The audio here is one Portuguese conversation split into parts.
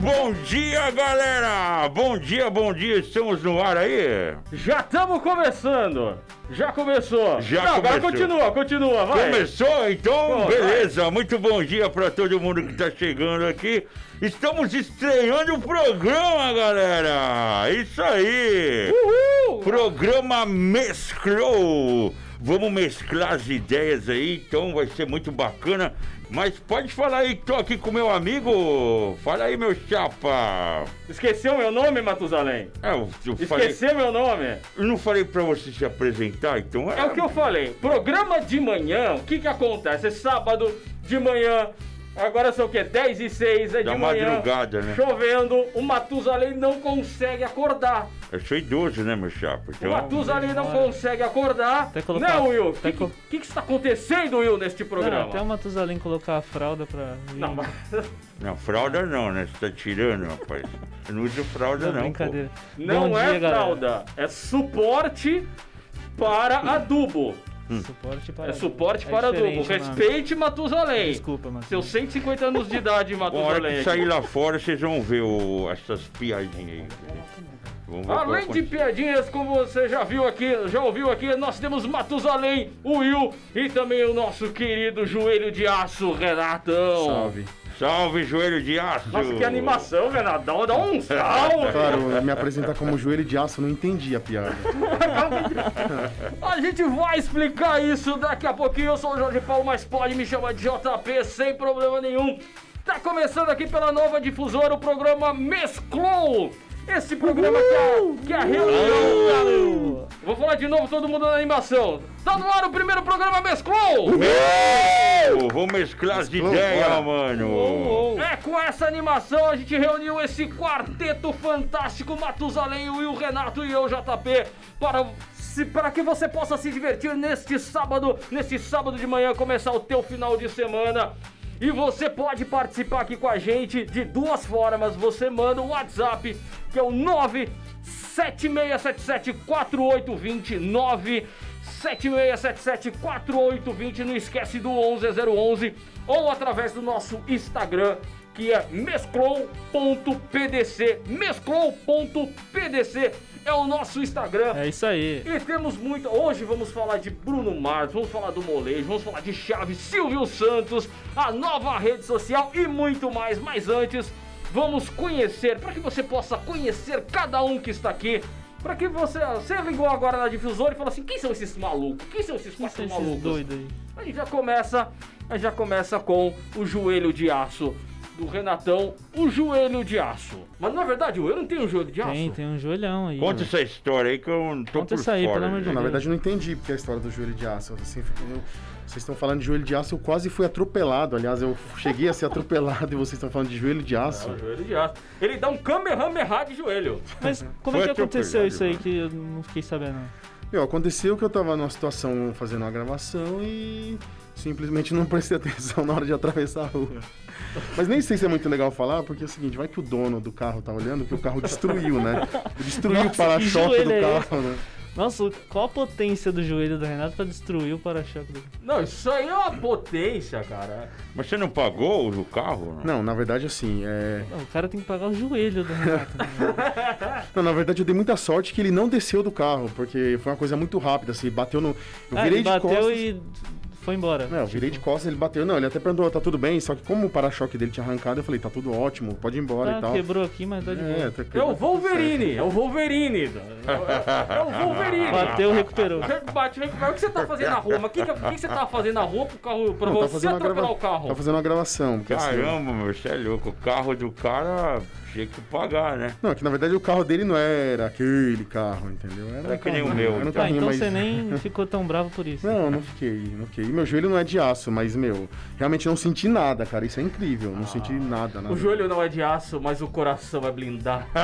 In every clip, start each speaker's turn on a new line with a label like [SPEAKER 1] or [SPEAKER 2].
[SPEAKER 1] bom dia, galera! Bom dia, bom dia, estamos no ar aí?
[SPEAKER 2] Já estamos começando! Já começou!
[SPEAKER 1] Já
[SPEAKER 2] Não, agora
[SPEAKER 1] começou.
[SPEAKER 2] continua, continua, vai!
[SPEAKER 1] Começou? Então,
[SPEAKER 2] Pô,
[SPEAKER 1] beleza. Muito bom dia pra todo mundo que tá chegando aqui. Estamos estreando o programa, galera! Isso aí!
[SPEAKER 2] Uh! Uhul!
[SPEAKER 1] Programa Mesclou! Vamos mesclar as ideias aí, então vai ser muito bacana. Mas pode falar aí que tô aqui com meu amigo. Fala aí, meu chapa.
[SPEAKER 2] Esqueceu meu nome, Matusalém?
[SPEAKER 1] É, eu, eu falei,
[SPEAKER 2] Esqueceu meu nome?
[SPEAKER 1] eu não falei pra você se apresentar, então
[SPEAKER 2] É o que eu falei. Programa de manhã, o que que acontece? É sábado de manhã, agora são o quê? 10 e 6, é
[SPEAKER 1] Da
[SPEAKER 2] de manhã.
[SPEAKER 1] madrugada, né?
[SPEAKER 2] Chovendo, o Matusalém não consegue acordar.
[SPEAKER 1] Eu sou idoso, né, meu chapa?
[SPEAKER 2] O
[SPEAKER 1] Então,
[SPEAKER 2] Matusalém não consegue acordar.
[SPEAKER 3] Tem que colocar-
[SPEAKER 2] Não, Will, o que,
[SPEAKER 3] tem
[SPEAKER 2] que,
[SPEAKER 3] que-
[SPEAKER 2] que que está acontecendo, Will, neste programa?
[SPEAKER 3] Não, um até o Matusalém colocar a fralda pra.
[SPEAKER 2] Não, mas...
[SPEAKER 1] Não, fralda não, né? Você tá tirando, rapaz. Eu não uso fralda, não.
[SPEAKER 3] Não,
[SPEAKER 1] pô.
[SPEAKER 3] brincadeira.
[SPEAKER 2] Não
[SPEAKER 3] Bom
[SPEAKER 2] é
[SPEAKER 3] dia, galera.
[SPEAKER 2] fralda, é suporte para adubo.
[SPEAKER 3] Suporte para.
[SPEAKER 2] É suporte para adubo.
[SPEAKER 3] Hum. diferente o nome.
[SPEAKER 2] Respeite Matusalém.
[SPEAKER 3] Desculpa, é mas.
[SPEAKER 2] Seus 150 anos de idade,
[SPEAKER 1] Bom, a hora
[SPEAKER 2] Matusalém.
[SPEAKER 1] que sair lá fora, vocês vão ver o- essas piadinhas aí. Vamos
[SPEAKER 3] é
[SPEAKER 1] ver qual
[SPEAKER 2] Além de
[SPEAKER 1] aconteceu.
[SPEAKER 2] piadinhas, como você já viu aqui, já ouviu aqui, nós temos Matusalém, o Will e também o nosso querido joelho de aço, Renatão.
[SPEAKER 4] Salve.
[SPEAKER 1] Salve, joelho de aço!
[SPEAKER 2] Nossa, que animação, Renatão. Dá um salve.
[SPEAKER 4] Claro, me apresentar como joelho de aço, não entendi a piada.
[SPEAKER 2] A gente vai explicar isso daqui a pouquinho. Eu sou o Jorge Paulo, mas pode me chamar de JP sem problema nenhum. Tá começando aqui pela nova difusora o programa Mesclou. Esse programa que é, a- que é a reunião. Vou falar de novo, todo mundo na animação. Tá no ar o primeiro programa Mesclou.
[SPEAKER 1] Meu! Vamos mesclar as
[SPEAKER 4] Mesclou,
[SPEAKER 1] ideias,
[SPEAKER 4] bora.
[SPEAKER 1] mano!
[SPEAKER 2] É com essa animação a gente reuniu esse quarteto fantástico, Matusalém, o Will Renato e eu, JP, para, se, para que você possa se divertir neste sábado, neste sábado de manhã, começar o teu final de semana. E você pode participar aqui com a gente de duas formas. Você manda um WhatsApp, que é o 976774829. 76774820, não esquece do 11011 ou através do nosso Instagram que é mesclou.pdc, mesclou.pdc é o nosso Instagram.
[SPEAKER 3] É isso aí.
[SPEAKER 2] E temos muito. Hoje vamos falar de Bruno Mars, vamos falar do Molejo, vamos falar de Chaves, Silvio Santos, a nova rede social e muito mais. Mas antes, vamos conhecer, para que você possa conhecer cada um que está aqui. Para que você. Você ligou agora na difusora e falou assim: quem são esses malucos? Quem são esses
[SPEAKER 3] Quem
[SPEAKER 2] quatro
[SPEAKER 3] são esses
[SPEAKER 2] malucos?
[SPEAKER 3] doidos aí?
[SPEAKER 2] A gente já começa, a gente já começa com o joelho de aço do Renatão, o joelho de aço. Mas na verdade, eu não tenho um joelho de aço.
[SPEAKER 3] Tem, tem um joelhão aí.
[SPEAKER 1] Conta essa história aí que eu não tô
[SPEAKER 3] Conta
[SPEAKER 1] por
[SPEAKER 3] isso aí,
[SPEAKER 1] fora. né?
[SPEAKER 3] pelo amor de
[SPEAKER 1] gente.
[SPEAKER 4] Não, na verdade, eu não entendi porque é a história do joelho de aço. Assim, eu- vocês estão falando de joelho de aço, eu quase fui atropelado. Aliás, eu cheguei a ser atropelado e vocês estão falando de joelho de aço.
[SPEAKER 2] É o joelho de aço. Ele dá um kamehameha de joelho.
[SPEAKER 3] Mas como é que
[SPEAKER 1] Foi
[SPEAKER 3] aconteceu
[SPEAKER 1] atropelado,
[SPEAKER 3] isso aí
[SPEAKER 1] mano.
[SPEAKER 3] que eu não fiquei sabendo?
[SPEAKER 4] Meu, aconteceu que eu tava numa situação fazendo uma gravação e simplesmente não prestei atenção na hora de atravessar a rua. Mas nem sei se é muito legal falar, porque é o seguinte, vai que o dono do carro tá olhando, que o carro destruiu, né? Destruiu
[SPEAKER 3] Nossa,
[SPEAKER 4] o
[SPEAKER 3] que
[SPEAKER 4] para-choque
[SPEAKER 3] joelho
[SPEAKER 4] do
[SPEAKER 3] é
[SPEAKER 4] carro, né?
[SPEAKER 3] Nossa, qual a potência do joelho do Renato pra destruir o para-choque do.
[SPEAKER 2] Não, isso aí é uma potência, cara.
[SPEAKER 1] Mas você não pagou o carro? Não.
[SPEAKER 4] Não, na verdade, assim, é...
[SPEAKER 3] Não, o cara tem que pagar o joelho do Renato. né?
[SPEAKER 4] Não, na verdade, eu dei muita sorte que ele não desceu do carro, porque foi uma coisa muito rápida, assim, bateu no... Eu
[SPEAKER 3] ah, ele
[SPEAKER 4] virei de
[SPEAKER 3] bateu
[SPEAKER 4] costas...
[SPEAKER 3] e foi embora.
[SPEAKER 4] Não, eu virei de
[SPEAKER 3] Tipo,
[SPEAKER 4] costas, ele bateu. Não, ele até perguntou, tá tudo bem? Só que como o para-choque dele tinha arrancado, eu falei, tá tudo ótimo, pode ir embora
[SPEAKER 3] ah,
[SPEAKER 4] e tal.
[SPEAKER 3] quebrou aqui, mas tá de boa.
[SPEAKER 4] É, tá
[SPEAKER 2] É o Wolverine, é o Wolverine. É o Wolverine.
[SPEAKER 3] Bateu, recuperou. Ah,
[SPEAKER 2] Você bate, recupera. O que você tá fazendo na rua? Mas o que, que, o que que você tá fazendo na rua pro carro, pra
[SPEAKER 4] Não, tá
[SPEAKER 2] você
[SPEAKER 4] fazendo uma
[SPEAKER 2] atropelar
[SPEAKER 4] grava...
[SPEAKER 2] o carro?
[SPEAKER 4] Tá fazendo uma gravação. porque, assim,
[SPEAKER 1] Caramba, meu, você é louco. O carro do cara tinha que pagar, né?
[SPEAKER 4] Não, é que na verdade o carro dele não era aquele carro, entendeu? Era,
[SPEAKER 1] Era
[SPEAKER 4] um
[SPEAKER 1] que nem
[SPEAKER 4] carro-
[SPEAKER 1] o meu,
[SPEAKER 4] Era um
[SPEAKER 1] então.
[SPEAKER 3] Ah,
[SPEAKER 4] carrinho
[SPEAKER 3] então
[SPEAKER 4] mais...
[SPEAKER 3] você nem ficou tão bravo por isso.
[SPEAKER 4] Não, não fiquei, não fiquei. E meu joelho não é de aço, mas, meu, realmente não senti nada, cara. Isso é incrível. Não senti nada, nada.
[SPEAKER 2] O joelho não é de aço, mas o coração é blindado.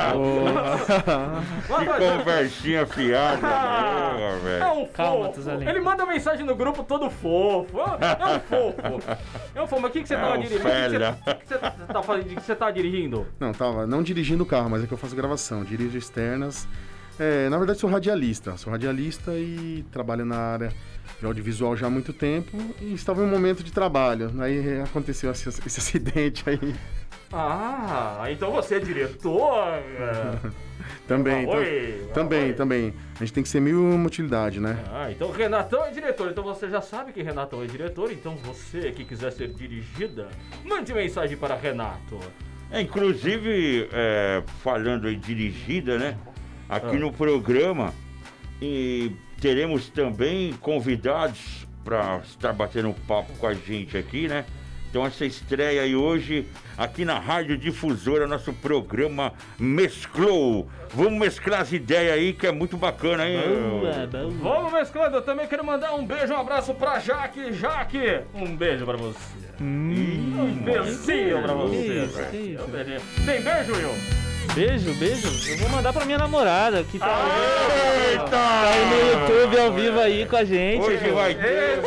[SPEAKER 1] Que conversinha fiada. porra,
[SPEAKER 2] É
[SPEAKER 1] velho.
[SPEAKER 2] um
[SPEAKER 3] Calma,
[SPEAKER 2] fofo.
[SPEAKER 3] Tuzalinho.
[SPEAKER 2] Ele manda mensagem no grupo todo fofo. É um fofo. É um fofo. Mas o que, que você
[SPEAKER 1] É
[SPEAKER 2] tava
[SPEAKER 1] um
[SPEAKER 2] dirigindo? O que que
[SPEAKER 1] fera.
[SPEAKER 2] você- O que, que você tá fazendo? O que você tá dirigindo?
[SPEAKER 4] Não, tava não dirigindo o carro, mas é que eu faço gravação, dirijo externas. É, na verdade, sou radialista. Sou radialista e trabalho na área de audiovisual já há muito tempo. E estava em um momento de trabalho. Aí aconteceu esse, esse acidente aí.
[SPEAKER 2] Ah, então você é diretor?
[SPEAKER 4] Também,
[SPEAKER 2] Ah,
[SPEAKER 4] tam-
[SPEAKER 2] oi, ah,
[SPEAKER 4] também,
[SPEAKER 2] oi.
[SPEAKER 4] também. A gente tem que ser mil uma utilidade, né?
[SPEAKER 2] Ah, então Renatão é diretor. Então você já sabe que Renatão é diretor. Então você que quiser ser dirigida, mande mensagem para Renato.
[SPEAKER 1] É, inclusive, é, falando em dirigida, né? Aqui
[SPEAKER 2] Ah.
[SPEAKER 1] no programa e teremos também convidados para estar batendo um papo com a gente aqui, né? Então essa estreia aí hoje aqui na Rádio Difusora, nosso programa Mesclou. Vamos mesclar as ideias aí que é muito bacana, hein?
[SPEAKER 3] Boa, boa.
[SPEAKER 2] Vamos mesclando. Eu também quero mandar um beijo, um abraço para Jaque. Jaque, um beijo para você. Um beijo para você.
[SPEAKER 3] isso, que isso.
[SPEAKER 2] Um beijinho. Tem beijo, Will?
[SPEAKER 3] Beijo, beijo. Eu vou mandar pra minha namorada que tá,
[SPEAKER 1] Ah,
[SPEAKER 2] Tá
[SPEAKER 3] aí no
[SPEAKER 1] Eita!
[SPEAKER 3] YouTube ao vivo aí com a gente.
[SPEAKER 1] Hoje vai ter.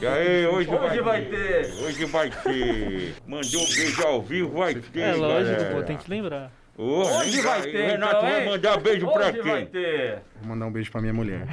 [SPEAKER 1] E aí, hoje,
[SPEAKER 2] Hoje vai ter.
[SPEAKER 1] Hoje vai ter. Mandei um beijo ao vivo, vai ter.
[SPEAKER 3] É lógico,
[SPEAKER 1] galera.
[SPEAKER 3] pô, tem que lembrar.
[SPEAKER 1] Ô,
[SPEAKER 2] Hoje
[SPEAKER 1] hein,
[SPEAKER 2] vai
[SPEAKER 1] cara,
[SPEAKER 2] ter,
[SPEAKER 1] O Renato
[SPEAKER 2] então,
[SPEAKER 1] vai
[SPEAKER 2] hein?
[SPEAKER 1] mandar beijo pra
[SPEAKER 2] Hoje vai
[SPEAKER 1] quem?
[SPEAKER 2] ter.
[SPEAKER 4] Vou mandar um beijo pra minha mulher.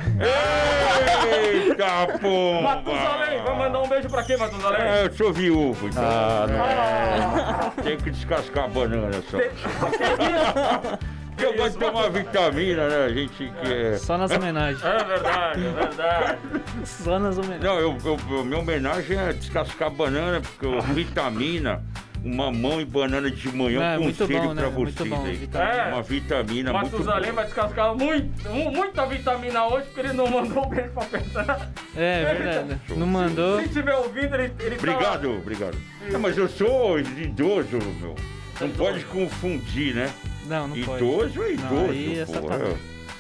[SPEAKER 1] Eita, pô!
[SPEAKER 2] Matusalém, vai mandar um beijo pra quem, Matusalém?
[SPEAKER 1] É, eu sou viúvo, então. É.
[SPEAKER 4] Ah,
[SPEAKER 1] Tem que descascar a banana só.
[SPEAKER 2] Tem-
[SPEAKER 1] Porque eu gosto de tomar vitamina, né? A gente quer.
[SPEAKER 3] Só nas homenagens.
[SPEAKER 2] É verdade, é verdade.
[SPEAKER 3] Só nas homenagens.
[SPEAKER 1] Não, eu, eu, eu- minha homenagem é descascar a banana, porque
[SPEAKER 3] Ah.
[SPEAKER 1] eu, vitamina, uma mão e banana de manhã,
[SPEAKER 3] É,
[SPEAKER 1] eu
[SPEAKER 3] muito
[SPEAKER 1] conselho
[SPEAKER 3] bom, né?
[SPEAKER 1] pra
[SPEAKER 3] Muito
[SPEAKER 1] vocês
[SPEAKER 3] bom,
[SPEAKER 1] aí.
[SPEAKER 3] vitamina.
[SPEAKER 2] É.
[SPEAKER 1] Uma vitamina É muito
[SPEAKER 2] Matusalém vai descascar muito, mu- muita vitamina hoje, porque ele não mandou o beijo pra pessoa.
[SPEAKER 3] É, verdade. Não mandou.
[SPEAKER 2] Se estiver ouvindo, ele, ele tá-
[SPEAKER 1] Obrigado, obrigado. É, mas eu sou idoso, meu. Não pode confundir, né?
[SPEAKER 3] Não, não pode.
[SPEAKER 1] Idoso é
[SPEAKER 3] Não, aí é
[SPEAKER 1] idoso, pô.
[SPEAKER 3] sacanagem.
[SPEAKER 1] é.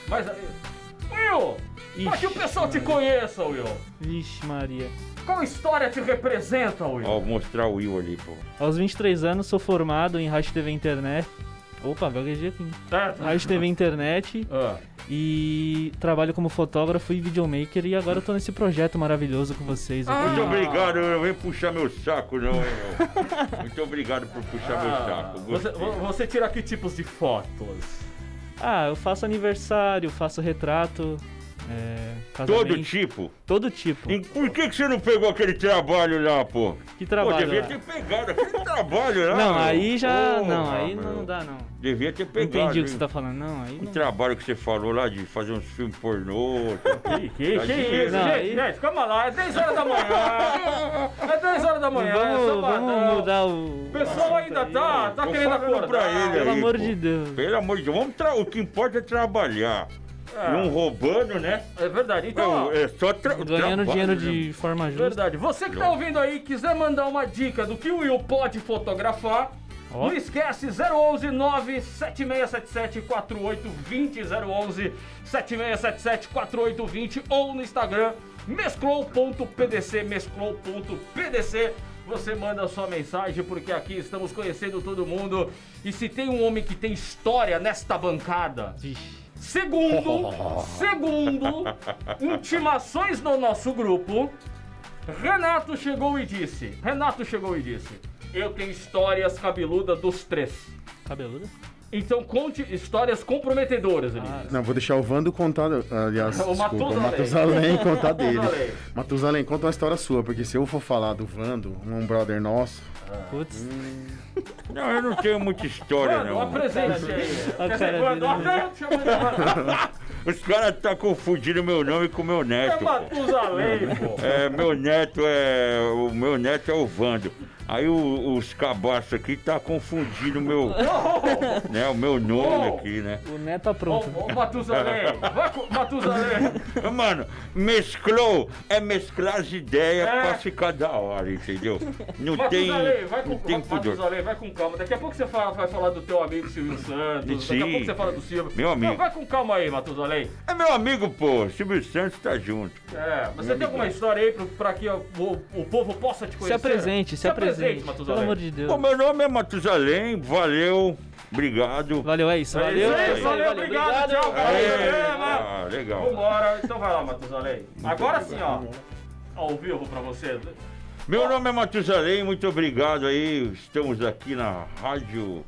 [SPEAKER 2] Mas, eh, Will, pra que o pessoal te conheça, Will.
[SPEAKER 3] Vixe, Maria.
[SPEAKER 2] Qual história te representa, Will?
[SPEAKER 1] É, Ó, vou mostrar o Will ali, pô.
[SPEAKER 3] Aos 23 anos sou formado em Rádio TV Internet. Opa, gaguejei aqui. hein?
[SPEAKER 2] Certo?
[SPEAKER 3] Rádio TV Internet
[SPEAKER 2] Ah,
[SPEAKER 3] e trabalho como fotógrafo e videomaker e agora eu tô nesse projeto maravilhoso com vocês
[SPEAKER 1] Muito
[SPEAKER 3] aqui.
[SPEAKER 1] obrigado, não vem puxar meu saco, não, hein, meu. Muito obrigado por puxar meu saco.
[SPEAKER 2] Ah. você,
[SPEAKER 1] Gostei.
[SPEAKER 2] vo- você tira que tipos de fotos?
[SPEAKER 3] Ah, eu faço aniversário, faço retrato, é, casamento,
[SPEAKER 1] Todo tipo.
[SPEAKER 3] todo tipo.
[SPEAKER 1] E por que, que você não pegou aquele trabalho lá, pô?
[SPEAKER 3] Que
[SPEAKER 1] Pô,
[SPEAKER 3] trabalho?
[SPEAKER 1] devia
[SPEAKER 3] lá?
[SPEAKER 1] ter pegado aquele trabalho lá.
[SPEAKER 3] Não,
[SPEAKER 1] meu.
[SPEAKER 3] aí já.
[SPEAKER 1] Porra,
[SPEAKER 3] não, aí
[SPEAKER 1] meu.
[SPEAKER 3] não dá, não.
[SPEAKER 1] Devia ter
[SPEAKER 3] Não
[SPEAKER 1] pegado.
[SPEAKER 3] entendi o que você
[SPEAKER 1] hein.
[SPEAKER 3] tá falando. Não, aí
[SPEAKER 1] O
[SPEAKER 3] não.
[SPEAKER 1] trabalho que você falou lá de fazer uns filmes pornô. tá?
[SPEAKER 2] Que,
[SPEAKER 1] É
[SPEAKER 2] que, que isso,
[SPEAKER 3] Não,
[SPEAKER 1] né?
[SPEAKER 2] gente,
[SPEAKER 3] aí-
[SPEAKER 2] gente, calma lá, é 10 horas da manhã. É 10 horas da manhã, é
[SPEAKER 3] Vamos,
[SPEAKER 2] sabadão.
[SPEAKER 3] vamos mudar o.
[SPEAKER 2] O pessoal ainda tá, tá
[SPEAKER 1] Tô
[SPEAKER 2] querendo
[SPEAKER 1] falando
[SPEAKER 2] acordar.
[SPEAKER 1] pra ele.
[SPEAKER 3] Pelo
[SPEAKER 1] aí,
[SPEAKER 3] amor
[SPEAKER 1] pô.
[SPEAKER 3] de Deus.
[SPEAKER 1] Pelo amor de Deus, vamos tra- o que importa é trabalhar.
[SPEAKER 3] Ah.
[SPEAKER 2] É.
[SPEAKER 1] Não roubando, né?
[SPEAKER 2] É verdade. Então, ó,
[SPEAKER 1] é só tra
[SPEAKER 3] Ganhando
[SPEAKER 1] trabalho, né?
[SPEAKER 3] dinheiro de forma justa.
[SPEAKER 2] verdade. Você que tá ouvindo aí, quiser mandar uma dica do que o Will pode fotografar,
[SPEAKER 3] Ó.
[SPEAKER 2] não esquece 011 97677 4820 011 7677 4820 ou no Instagram mesclou.pdc mesclou.pdc você manda sua mensagem porque aqui estamos conhecendo todo mundo e se tem um homem que tem história nesta bancada
[SPEAKER 3] Vixe.
[SPEAKER 2] Segundo, segundo, intimações no nosso grupo, Renato chegou e disse, Renato chegou e disse, eu tenho histórias cabeludas dos três.
[SPEAKER 3] Cabeluda?
[SPEAKER 2] Então conte histórias comprometedoras, ele disse.
[SPEAKER 4] Não, vou deixar o Vando contar. Aliás,
[SPEAKER 2] O
[SPEAKER 4] desculpa, o
[SPEAKER 2] Matusalém.
[SPEAKER 4] Matusalém contar dele.
[SPEAKER 2] Matusalém.
[SPEAKER 4] Matusalém, conta uma história sua, porque se eu for falar do Vando, um brother nosso,
[SPEAKER 3] Putz.
[SPEAKER 1] Não, eu não tenho muita história,
[SPEAKER 2] Mano,
[SPEAKER 1] não.
[SPEAKER 2] apresente aí.
[SPEAKER 3] A
[SPEAKER 2] Quer
[SPEAKER 3] cara
[SPEAKER 2] dizer, quando-
[SPEAKER 3] dele, né?
[SPEAKER 2] Até chama de Mat-
[SPEAKER 1] Os caras estão tá confundindo meu nome com meu
[SPEAKER 2] é
[SPEAKER 1] neto. pô.
[SPEAKER 2] Matusalém, pô.
[SPEAKER 1] É, meu neto é. O meu neto é o Vando. Aí o- os cabaços aqui tá confundindo meu, né, o meu nome
[SPEAKER 2] Oh.
[SPEAKER 1] aqui, né?
[SPEAKER 3] O Neto tá
[SPEAKER 2] Ô,
[SPEAKER 3] pronto.
[SPEAKER 2] ô, Matusalém, vai com- Matusalém.
[SPEAKER 1] Mano, mesclou é mesclar as ideias
[SPEAKER 2] É.
[SPEAKER 1] pra ficar da hora, entendeu? Não tem,
[SPEAKER 2] Matusalém, vai com
[SPEAKER 1] não tem
[SPEAKER 2] calma.
[SPEAKER 1] pudor.
[SPEAKER 2] Matusalém, vai com calma. Daqui a pouco você fala- vai falar do teu amigo Silvio Santos. Daqui a
[SPEAKER 1] Sim.
[SPEAKER 2] pouco você fala do Silvio.
[SPEAKER 1] Meu amigo.
[SPEAKER 2] Não, vai com calma aí, Matusalém.
[SPEAKER 1] É meu amigo, pô. Silvio Santos tá junto.
[SPEAKER 2] É, mas você tem alguma história aí pro- pra que o, o povo possa te
[SPEAKER 3] Se
[SPEAKER 2] conhecer?
[SPEAKER 3] apresente, se, apresente. Pelo
[SPEAKER 2] Matusalém.
[SPEAKER 3] amor de Deus.
[SPEAKER 1] Bom, meu nome é Matusalém, valeu, obrigado.
[SPEAKER 3] Valeu, é isso.
[SPEAKER 2] É
[SPEAKER 3] Valeu.
[SPEAKER 2] isso aí,
[SPEAKER 3] valeu,
[SPEAKER 2] valeu,
[SPEAKER 3] valeu,
[SPEAKER 2] obrigado, tchau, cara.
[SPEAKER 1] Aê,
[SPEAKER 2] Valeu,
[SPEAKER 1] ah, legal.
[SPEAKER 2] Vambora, então vai lá, Matusalém. Agora sim, ó. Ao vivo pra você.
[SPEAKER 1] Meu nome é Matusalém, muito obrigado aí. Estamos aqui na Rádio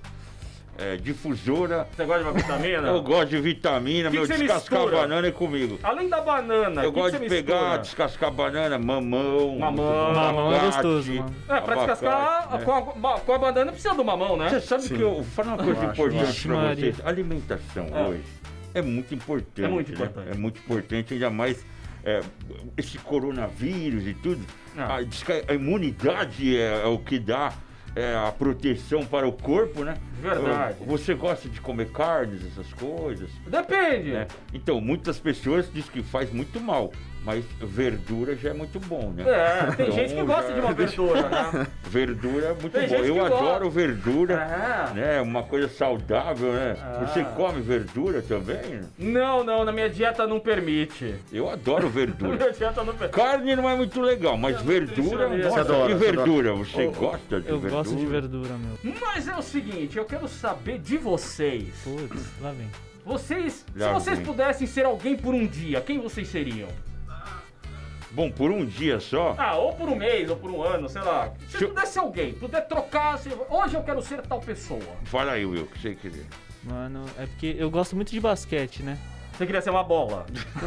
[SPEAKER 1] é, difusora.
[SPEAKER 2] Você gosta de uma vitamina?
[SPEAKER 1] Eu gosto de vitamina,
[SPEAKER 2] Que
[SPEAKER 1] meu,
[SPEAKER 2] que você
[SPEAKER 1] descascar a
[SPEAKER 2] mistura?
[SPEAKER 1] banana é comigo.
[SPEAKER 2] Além da banana,
[SPEAKER 1] Eu
[SPEAKER 2] o que
[SPEAKER 1] gosto
[SPEAKER 2] que
[SPEAKER 1] de
[SPEAKER 2] você
[SPEAKER 1] pegar,
[SPEAKER 2] mistura?
[SPEAKER 1] descascar a banana, mamão.
[SPEAKER 2] Mamão.
[SPEAKER 3] Mamão é
[SPEAKER 1] abacate,
[SPEAKER 3] gostoso, mano.
[SPEAKER 2] É, pra descascar,
[SPEAKER 1] abacate, né?
[SPEAKER 2] com, a, ba- com a banana precisa do mamão, né?
[SPEAKER 1] Você sabe
[SPEAKER 4] Sim.
[SPEAKER 1] que eu vou falar uma coisa
[SPEAKER 4] acho,
[SPEAKER 1] importante
[SPEAKER 3] acho.
[SPEAKER 1] pra
[SPEAKER 3] Maria.
[SPEAKER 1] vocês. Alimentação
[SPEAKER 2] Ah.
[SPEAKER 1] hoje é muito importante.
[SPEAKER 2] É muito
[SPEAKER 1] né?
[SPEAKER 2] importante.
[SPEAKER 1] É muito importante, ainda mais é, esse coronavírus e tudo.
[SPEAKER 2] Ah.
[SPEAKER 1] A, diz que a imunidade é, é o que dá é, a proteção para o corpo, né?
[SPEAKER 2] Verdade.
[SPEAKER 1] Eu- Você gosta de comer carnes, essas coisas?
[SPEAKER 2] Depende.
[SPEAKER 1] né? Então, muitas pessoas dizem que faz muito mal, mas verdura já é muito bom, né?
[SPEAKER 2] É, tem
[SPEAKER 1] Então,
[SPEAKER 2] gente que gosta
[SPEAKER 1] já-
[SPEAKER 2] de uma abertura, né?
[SPEAKER 1] Verdura é muito
[SPEAKER 2] Tem
[SPEAKER 1] bom.
[SPEAKER 2] gente
[SPEAKER 1] Eu
[SPEAKER 2] que gosta.
[SPEAKER 1] adoro verdura,
[SPEAKER 2] É.
[SPEAKER 1] né? É Uma coisa saudável, né?
[SPEAKER 2] Ah.
[SPEAKER 1] Você come verdura também?
[SPEAKER 2] Não, não, na minha dieta não permite.
[SPEAKER 1] Eu adoro
[SPEAKER 2] Na
[SPEAKER 1] verdura.
[SPEAKER 2] minha dieta não permite.
[SPEAKER 1] Carne não é muito legal, mas verdura,
[SPEAKER 2] nutricionista.
[SPEAKER 1] nossa,
[SPEAKER 4] Você adora,
[SPEAKER 1] e
[SPEAKER 4] você
[SPEAKER 1] verdura, você
[SPEAKER 3] Eu-
[SPEAKER 1] gosta de
[SPEAKER 3] Eu
[SPEAKER 1] verdura?
[SPEAKER 3] gosto de verdura, meu.
[SPEAKER 2] Mas é o seguinte, eu quero saber de vocês.
[SPEAKER 3] Putz, lá vem.
[SPEAKER 2] Vocês, se
[SPEAKER 1] Já
[SPEAKER 2] vocês
[SPEAKER 1] vem.
[SPEAKER 2] pudessem ser alguém por um dia, quem vocês seriam?
[SPEAKER 1] Bom, por um dia só,
[SPEAKER 2] Ah, ou por um mês, ou por um ano, sei lá. Se
[SPEAKER 1] Se eu-
[SPEAKER 2] pudesse ser alguém, puder trocar, se- hoje eu quero ser tal pessoa.
[SPEAKER 1] fala aí, Will, o que você queria.
[SPEAKER 3] Mano, é porque eu gosto muito de basquete, né?
[SPEAKER 2] Você queria ser uma bola.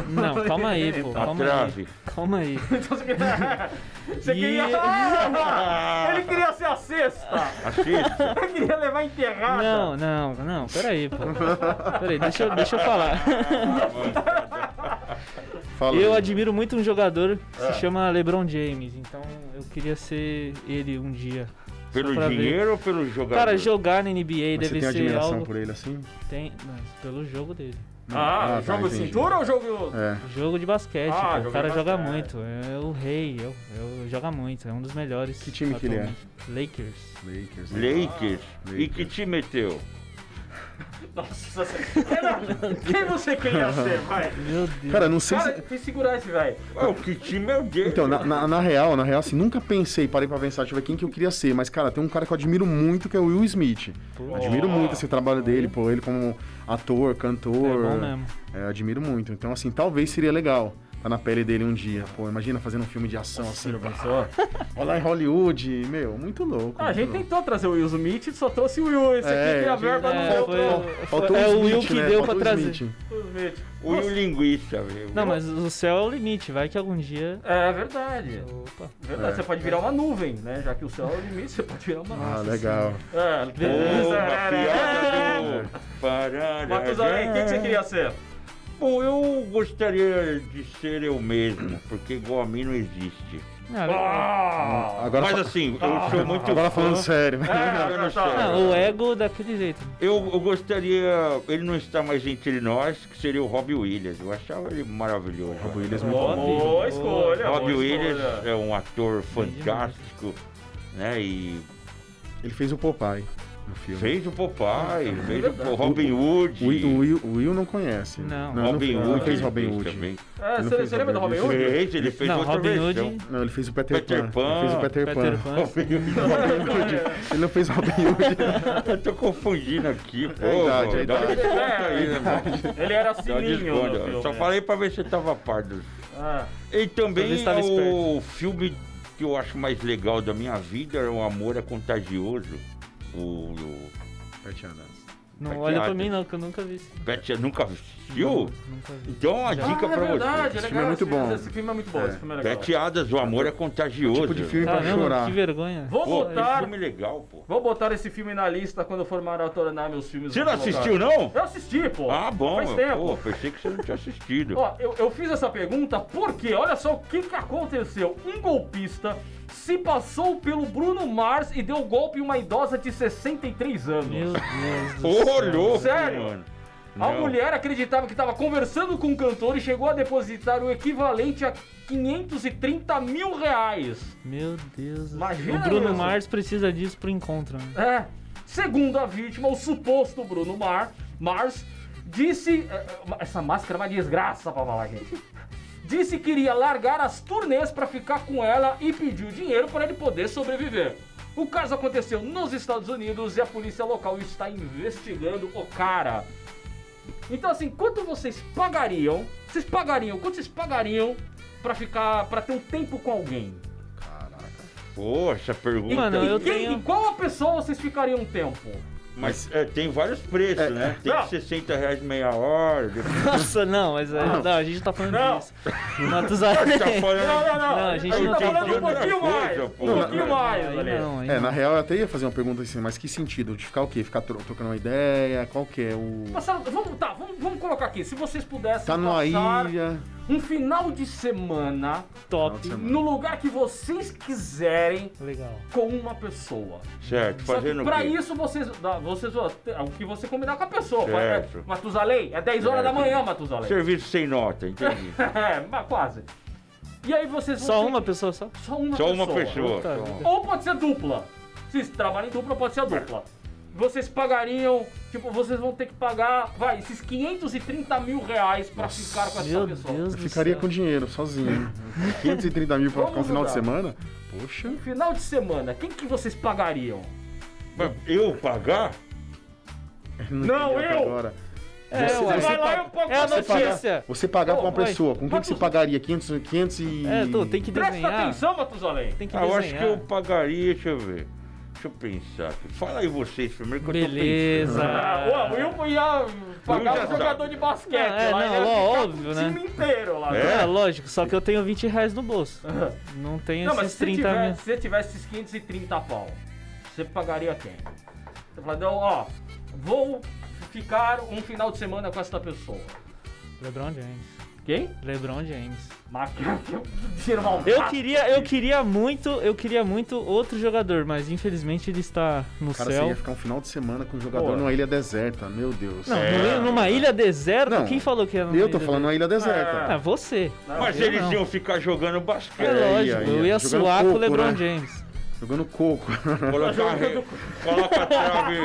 [SPEAKER 3] Não, calma aí, pô.
[SPEAKER 4] Tá
[SPEAKER 1] A
[SPEAKER 3] Calma aí.
[SPEAKER 1] trave.
[SPEAKER 3] Calma aí.
[SPEAKER 2] Então você queria... Você
[SPEAKER 3] E-
[SPEAKER 2] queria... Ah, ele queria ser a sexta.
[SPEAKER 1] A cesta.
[SPEAKER 2] Ele queria levar enterrada.
[SPEAKER 3] Não, não, não, peraí, pô. Peraí, deixa eu, deixa eu falar.
[SPEAKER 4] Fala.
[SPEAKER 3] Eu
[SPEAKER 4] aí. Ah.
[SPEAKER 3] admiro muito um jogador que se chama LeBron James, então eu queria ser ele um dia. Só
[SPEAKER 1] pelo
[SPEAKER 3] pra ver.
[SPEAKER 1] dinheiro ou pelo jogador?
[SPEAKER 3] Cara, jogar na NBA
[SPEAKER 4] Mas você
[SPEAKER 3] deve
[SPEAKER 4] tem
[SPEAKER 3] ser
[SPEAKER 4] admiração
[SPEAKER 3] algo.
[SPEAKER 4] por ele assim?
[SPEAKER 3] Tem, mas pelo jogo dele.
[SPEAKER 2] Ah,
[SPEAKER 4] Ah, tá,
[SPEAKER 2] jogo de
[SPEAKER 4] entendi.
[SPEAKER 2] cintura ou jogo...
[SPEAKER 4] É.
[SPEAKER 3] Jogo de basquete,
[SPEAKER 2] Ah,
[SPEAKER 3] pô,
[SPEAKER 2] jogo de
[SPEAKER 3] o cara joga
[SPEAKER 2] basquete.
[SPEAKER 3] muito, é o rei, é o- é o- joga muito, é um dos melhores.
[SPEAKER 4] Que time que ele é?
[SPEAKER 3] atualmente. Lakers. né?
[SPEAKER 4] Lakers.
[SPEAKER 1] Lakers. E que
[SPEAKER 4] Lakers.
[SPEAKER 1] te meteu?
[SPEAKER 2] Nossa, você- quem você queria ser, vai?
[SPEAKER 3] Meu Deus.
[SPEAKER 4] Cara, não sei
[SPEAKER 2] Cara,
[SPEAKER 4] se...
[SPEAKER 2] me segurar esse, velho.
[SPEAKER 1] Ah, o que time é o dele?
[SPEAKER 4] Então, na, na- na real, na real, assim, nunca pensei, parei pra pensar, deixa eu ver quem que eu queria ser. Mas, cara, tem um cara que eu admiro muito, que é o Will Smith. Admiro muito esse trabalho dele, pô, ele como ator,
[SPEAKER 3] é
[SPEAKER 4] cantor.
[SPEAKER 3] bom mesmo.
[SPEAKER 4] É, admiro muito. Então, assim, talvez seria legal tá na pele dele um dia. Pô, imagina fazendo um filme de ação assim. Olha lá em Hollywood, meu, muito louco.
[SPEAKER 2] Ah, a
[SPEAKER 4] muito
[SPEAKER 2] gente
[SPEAKER 4] louco.
[SPEAKER 2] tentou trazer o Will Smith, só trouxe o Will. Esse
[SPEAKER 4] É,
[SPEAKER 2] aqui tem a
[SPEAKER 4] a gente-
[SPEAKER 2] verba, não
[SPEAKER 3] é,
[SPEAKER 2] deu
[SPEAKER 3] foi-
[SPEAKER 2] pra-
[SPEAKER 4] Faltou
[SPEAKER 3] É
[SPEAKER 4] o
[SPEAKER 3] o Will
[SPEAKER 4] Smith,
[SPEAKER 3] que
[SPEAKER 4] né?
[SPEAKER 3] deu pra
[SPEAKER 4] Faltou o
[SPEAKER 3] trazer.
[SPEAKER 4] Smith.
[SPEAKER 2] pro Smith.
[SPEAKER 1] O Will linguiça, viu?
[SPEAKER 3] Não, mas o céu é o limite, vai que algum dia.
[SPEAKER 2] É verdade.
[SPEAKER 3] Opa.
[SPEAKER 2] verdade.
[SPEAKER 4] É.
[SPEAKER 2] Você pode virar uma nuvem, né? Já que o céu é o limite, você pode virar uma
[SPEAKER 4] Ah,
[SPEAKER 2] nuvem.
[SPEAKER 4] legal.
[SPEAKER 2] É,
[SPEAKER 1] Porra, a
[SPEAKER 2] beleza.
[SPEAKER 1] piada do...
[SPEAKER 2] é.
[SPEAKER 1] Parará. né?
[SPEAKER 2] Matusalém, quem que você queria ser?
[SPEAKER 1] Bom, eu gostaria de ser eu mesmo, porque igual a mim não existe.
[SPEAKER 3] Não,
[SPEAKER 2] Ah!
[SPEAKER 4] Agora,
[SPEAKER 1] mas
[SPEAKER 4] fa-
[SPEAKER 1] assim, eu sou muito
[SPEAKER 4] agora
[SPEAKER 1] fã.
[SPEAKER 4] falando sério. né?
[SPEAKER 3] É.
[SPEAKER 1] Agora não
[SPEAKER 2] tá.
[SPEAKER 1] sei.
[SPEAKER 3] não, Ah, o ego daquele jeito.
[SPEAKER 1] Eu, eu gostaria, ele não está mais entre nós, que seria o Robbie Williams. Eu achava ele maravilhoso.
[SPEAKER 4] O Willis é muito
[SPEAKER 2] Boa,
[SPEAKER 4] bom.
[SPEAKER 2] boa escolha.
[SPEAKER 1] Robbie
[SPEAKER 2] boa
[SPEAKER 1] Williams
[SPEAKER 2] escolha.
[SPEAKER 1] é um ator fantástico, né? E
[SPEAKER 4] Ele fez o Popeye no filme.
[SPEAKER 1] fez o Popeye, fez
[SPEAKER 2] verdade.
[SPEAKER 1] o Robin Hood.
[SPEAKER 4] O Will, o Will- o Will não conhece.
[SPEAKER 3] Não.
[SPEAKER 1] Robin
[SPEAKER 4] não,
[SPEAKER 1] Hood.
[SPEAKER 4] fez
[SPEAKER 1] ele
[SPEAKER 4] Robin Hood.
[SPEAKER 1] também.
[SPEAKER 2] É,
[SPEAKER 4] Ele não
[SPEAKER 2] você,
[SPEAKER 4] fez
[SPEAKER 2] você lembra do Robin
[SPEAKER 4] Robin
[SPEAKER 2] Hood?
[SPEAKER 1] Fez, ele fez
[SPEAKER 3] não,
[SPEAKER 1] outra
[SPEAKER 3] Robin Hood,
[SPEAKER 1] versão.
[SPEAKER 4] Não, ele fez o Peter,
[SPEAKER 1] Peter
[SPEAKER 4] Pan. Ele fez
[SPEAKER 1] Pan.
[SPEAKER 4] o Peter,
[SPEAKER 3] Peter
[SPEAKER 4] Pan.
[SPEAKER 3] Pan.
[SPEAKER 4] Ele não fez o Robin Hood.
[SPEAKER 1] Eu tô confundindo aqui, pô.
[SPEAKER 4] idade,
[SPEAKER 1] mano.
[SPEAKER 4] é
[SPEAKER 1] Dá uma
[SPEAKER 4] idade.
[SPEAKER 1] desconta aí, né, mano?
[SPEAKER 2] Ele era
[SPEAKER 1] Dá uma
[SPEAKER 2] sininho
[SPEAKER 1] desconta.
[SPEAKER 2] no
[SPEAKER 1] Eu Só
[SPEAKER 2] filme.
[SPEAKER 1] falei pra ver se você tava pardo.
[SPEAKER 2] Ah,
[SPEAKER 1] E
[SPEAKER 3] Pra ver
[SPEAKER 1] também
[SPEAKER 3] se tava
[SPEAKER 1] o filme que eu acho mais legal da minha vida é O Amor é Contagioso. O, o
[SPEAKER 3] Não
[SPEAKER 1] Vai
[SPEAKER 3] olha
[SPEAKER 1] que
[SPEAKER 3] pra
[SPEAKER 1] abre.
[SPEAKER 3] mim, não, que eu nunca vi. esse filme.
[SPEAKER 1] Beth, você nunca viu?
[SPEAKER 3] Nunca vi.
[SPEAKER 1] Então, uma dica
[SPEAKER 2] Ah, é
[SPEAKER 1] pra
[SPEAKER 2] verdade,
[SPEAKER 1] você.
[SPEAKER 2] é legal.
[SPEAKER 4] Esse filme é muito
[SPEAKER 2] esse filme-
[SPEAKER 4] bom.
[SPEAKER 2] Esse filme é muito bom,
[SPEAKER 4] É.
[SPEAKER 2] esse filme é legal.
[SPEAKER 1] Beth Adas, O Amor é Contagioso.
[SPEAKER 4] Tipo de filme pra
[SPEAKER 3] Caramba,
[SPEAKER 4] chorar.
[SPEAKER 3] que vergonha.
[SPEAKER 2] Vou
[SPEAKER 1] Pô, que
[SPEAKER 2] botar,
[SPEAKER 1] filme legal, pô.
[SPEAKER 2] vou botar esse filme na lista quando eu for maratonar meus filmes.
[SPEAKER 1] Você
[SPEAKER 2] vou
[SPEAKER 1] não
[SPEAKER 2] colocar.
[SPEAKER 1] assistiu, não?
[SPEAKER 2] Eu assisti, pô.
[SPEAKER 1] Ah, bom.
[SPEAKER 2] Faz
[SPEAKER 1] eu-
[SPEAKER 2] tempo.
[SPEAKER 1] Pô, pensei que você não tinha assistido.
[SPEAKER 2] Ó, eu, eu fiz essa pergunta porque, olha só o que, que aconteceu. Um golpista se passou pelo Bruno Mars e deu golpe em uma idosa de 63 anos.
[SPEAKER 3] Meu Deus do
[SPEAKER 1] Ô,
[SPEAKER 3] céu.
[SPEAKER 1] louco,
[SPEAKER 2] Sério?
[SPEAKER 1] mano.
[SPEAKER 2] A
[SPEAKER 1] Não.
[SPEAKER 2] mulher acreditava que estava conversando com o cantor e chegou a depositar o equivalente a 530 mil reais.
[SPEAKER 3] Meu Deus. do
[SPEAKER 2] Imagina
[SPEAKER 3] céu. o Bruno
[SPEAKER 2] isso.
[SPEAKER 3] Mars precisa disso pro encontro,
[SPEAKER 2] É.
[SPEAKER 3] né?
[SPEAKER 2] Segundo a vítima, o suposto Bruno Mar, Mars disse. é, é, Essa máscara é uma desgraça pra falar, gente. Disse que iria largar as turnês pra ficar com ela e pediu dinheiro para ele poder sobreviver. O caso aconteceu nos Estados Unidos e a polícia local está investigando o cara. Então assim, quanto vocês pagariam? Vocês pagariam? Quanto vocês pagariam pra ficar, para ter um tempo com alguém?
[SPEAKER 1] Pô, essa pergunta.
[SPEAKER 3] Mano,
[SPEAKER 2] E
[SPEAKER 3] eu
[SPEAKER 2] quem-
[SPEAKER 3] tenho-
[SPEAKER 2] e qual a pessoa vocês ficariam um tempo?
[SPEAKER 1] Mas é, tem vários preços,
[SPEAKER 4] É.
[SPEAKER 1] né? Tem
[SPEAKER 2] Não.
[SPEAKER 1] 60 reais meia hora. depois-
[SPEAKER 3] Nossa, não, mas é-
[SPEAKER 4] Não.
[SPEAKER 3] não, a gente tá falando
[SPEAKER 2] Não.
[SPEAKER 3] disso. Matusalém.
[SPEAKER 1] Tá falando-
[SPEAKER 2] Não, não, não.
[SPEAKER 3] Não, a gente
[SPEAKER 2] gente
[SPEAKER 3] não
[SPEAKER 2] tá
[SPEAKER 3] tem
[SPEAKER 2] falando um
[SPEAKER 1] outra
[SPEAKER 2] pouquinho
[SPEAKER 1] coisa,
[SPEAKER 2] mais. Um
[SPEAKER 1] pô.
[SPEAKER 2] pouquinho
[SPEAKER 1] Não,
[SPEAKER 2] mais,
[SPEAKER 3] Aí
[SPEAKER 2] Valete.
[SPEAKER 3] não, aí
[SPEAKER 4] É,
[SPEAKER 3] não.
[SPEAKER 4] na real eu até ia fazer uma pergunta assim, mas que sentido? De ficar o quê? Ficar tro- trocando uma ideia? Qual que é o.
[SPEAKER 2] Passaram, vamos, tá, vamos, vamos colocar aqui. Se vocês pudessem
[SPEAKER 4] Tá numa
[SPEAKER 2] passar
[SPEAKER 4] ilha.
[SPEAKER 2] um final de semana
[SPEAKER 3] Top.
[SPEAKER 4] Nossa, mano.
[SPEAKER 2] no lugar que vocês quiserem
[SPEAKER 3] Legal.
[SPEAKER 2] com uma pessoa.
[SPEAKER 1] Certo,
[SPEAKER 2] Só que
[SPEAKER 1] fazendo o
[SPEAKER 2] pra
[SPEAKER 1] quê?
[SPEAKER 2] isso vocês, dá- vocês ó, te- o que você combinar com a pessoa.
[SPEAKER 1] Certo.
[SPEAKER 2] É, Matusalém, é 10 horas da
[SPEAKER 1] Certo.
[SPEAKER 2] manhã, Matusalém.
[SPEAKER 1] Serviço sem nota, entendi.
[SPEAKER 2] é, mas quase. E aí vocês vão
[SPEAKER 3] Só
[SPEAKER 2] ter-
[SPEAKER 3] uma pessoa só?
[SPEAKER 2] só uma
[SPEAKER 1] Só
[SPEAKER 2] pessoa.
[SPEAKER 1] uma pessoa.
[SPEAKER 3] Puta
[SPEAKER 1] só uma.
[SPEAKER 3] vida.
[SPEAKER 2] Ou pode ser dupla. Se trabalham em dupla, pode
[SPEAKER 3] É.
[SPEAKER 2] ser dupla. Vocês pagariam, tipo, vocês vão ter que pagar, vai, esses 530 mil reais pra ficar com essa
[SPEAKER 3] Meu
[SPEAKER 2] pessoa.
[SPEAKER 3] Deus
[SPEAKER 4] Eu
[SPEAKER 3] do
[SPEAKER 4] ficaria
[SPEAKER 3] céu.
[SPEAKER 4] com dinheiro, sozinho. 530 mil pra
[SPEAKER 2] Vamos
[SPEAKER 4] ficar um final de
[SPEAKER 2] mudar.
[SPEAKER 4] semana? Poxa.
[SPEAKER 2] No final de semana, quem que vocês pagariam?
[SPEAKER 1] Mas eu pagar?
[SPEAKER 2] Não,
[SPEAKER 4] tem dinheiro
[SPEAKER 2] eu!
[SPEAKER 4] Agora.
[SPEAKER 3] É,
[SPEAKER 4] Você-
[SPEAKER 3] ué.
[SPEAKER 4] você
[SPEAKER 2] vai lá,
[SPEAKER 4] paga-
[SPEAKER 2] eu pago
[SPEAKER 3] É a
[SPEAKER 2] pra você.
[SPEAKER 3] notícia.
[SPEAKER 4] Você pagar
[SPEAKER 2] Pô,
[SPEAKER 4] pra uma
[SPEAKER 3] vai.
[SPEAKER 4] pessoa, com quem que você
[SPEAKER 2] Matus-
[SPEAKER 4] pagaria? 500, 500 e.
[SPEAKER 3] É, tu tem que
[SPEAKER 2] Presta
[SPEAKER 3] desenhar.
[SPEAKER 2] atenção, Matusalém.
[SPEAKER 3] Tem que
[SPEAKER 1] Ah, eu acho
[SPEAKER 3] desenhar.
[SPEAKER 1] que eu pagaria, deixa eu ver. Deixa eu pensar. aqui. Fala aí vocês primeiro que
[SPEAKER 3] Beleza.
[SPEAKER 1] eu tô pensando.
[SPEAKER 2] Ah, ué, o Wilson ia pagar
[SPEAKER 1] já tá.
[SPEAKER 2] um
[SPEAKER 1] sabe.
[SPEAKER 2] jogador de basquete.
[SPEAKER 3] Ah,
[SPEAKER 2] lá,
[SPEAKER 3] é, não, né?
[SPEAKER 2] ia
[SPEAKER 3] ó,
[SPEAKER 2] ficar
[SPEAKER 3] óbvio,
[SPEAKER 2] com o time inteiro lá.
[SPEAKER 1] É?
[SPEAKER 3] É, lógico, só que eu tenho 20 reais no bolso. Não tenho
[SPEAKER 2] Não, mas se
[SPEAKER 3] esses
[SPEAKER 2] você
[SPEAKER 3] 30
[SPEAKER 2] tiver-
[SPEAKER 3] mil.
[SPEAKER 2] se você tivesse esses 530 pau, você pagaria quem? Você fala, não, ó, vou ficar um final de semana com essa pessoa.
[SPEAKER 3] LeBron James.
[SPEAKER 2] Quem?
[SPEAKER 3] LeBron James.
[SPEAKER 2] Marca. Dinheiro malvado.
[SPEAKER 3] Eu queria, eu queria muito, eu queria muito outro jogador, mas infelizmente ele está no
[SPEAKER 4] Cara, você
[SPEAKER 3] céu.
[SPEAKER 4] ia ficar um final de semana com um jogador
[SPEAKER 2] Pô.
[SPEAKER 4] numa ilha deserta, meu Deus.
[SPEAKER 3] Não,
[SPEAKER 1] É.
[SPEAKER 3] numa- numa ilha deserta?
[SPEAKER 4] Não.
[SPEAKER 3] Quem falou que era numa
[SPEAKER 4] Eu tô
[SPEAKER 3] ilha
[SPEAKER 4] falando uma ilha
[SPEAKER 3] deserta?
[SPEAKER 4] deserta.
[SPEAKER 3] Ah, você.
[SPEAKER 1] Mas
[SPEAKER 3] eu
[SPEAKER 1] eles
[SPEAKER 3] não.
[SPEAKER 1] iam ficar jogando basquete.
[SPEAKER 3] É lógico,
[SPEAKER 4] ia,
[SPEAKER 3] eu
[SPEAKER 4] ia.
[SPEAKER 3] ia
[SPEAKER 4] Jogando
[SPEAKER 3] suar com o
[SPEAKER 4] coco,
[SPEAKER 3] LeBron
[SPEAKER 4] né?
[SPEAKER 3] James.
[SPEAKER 4] Jogando coco.
[SPEAKER 1] Coloca, a re- coloca a trave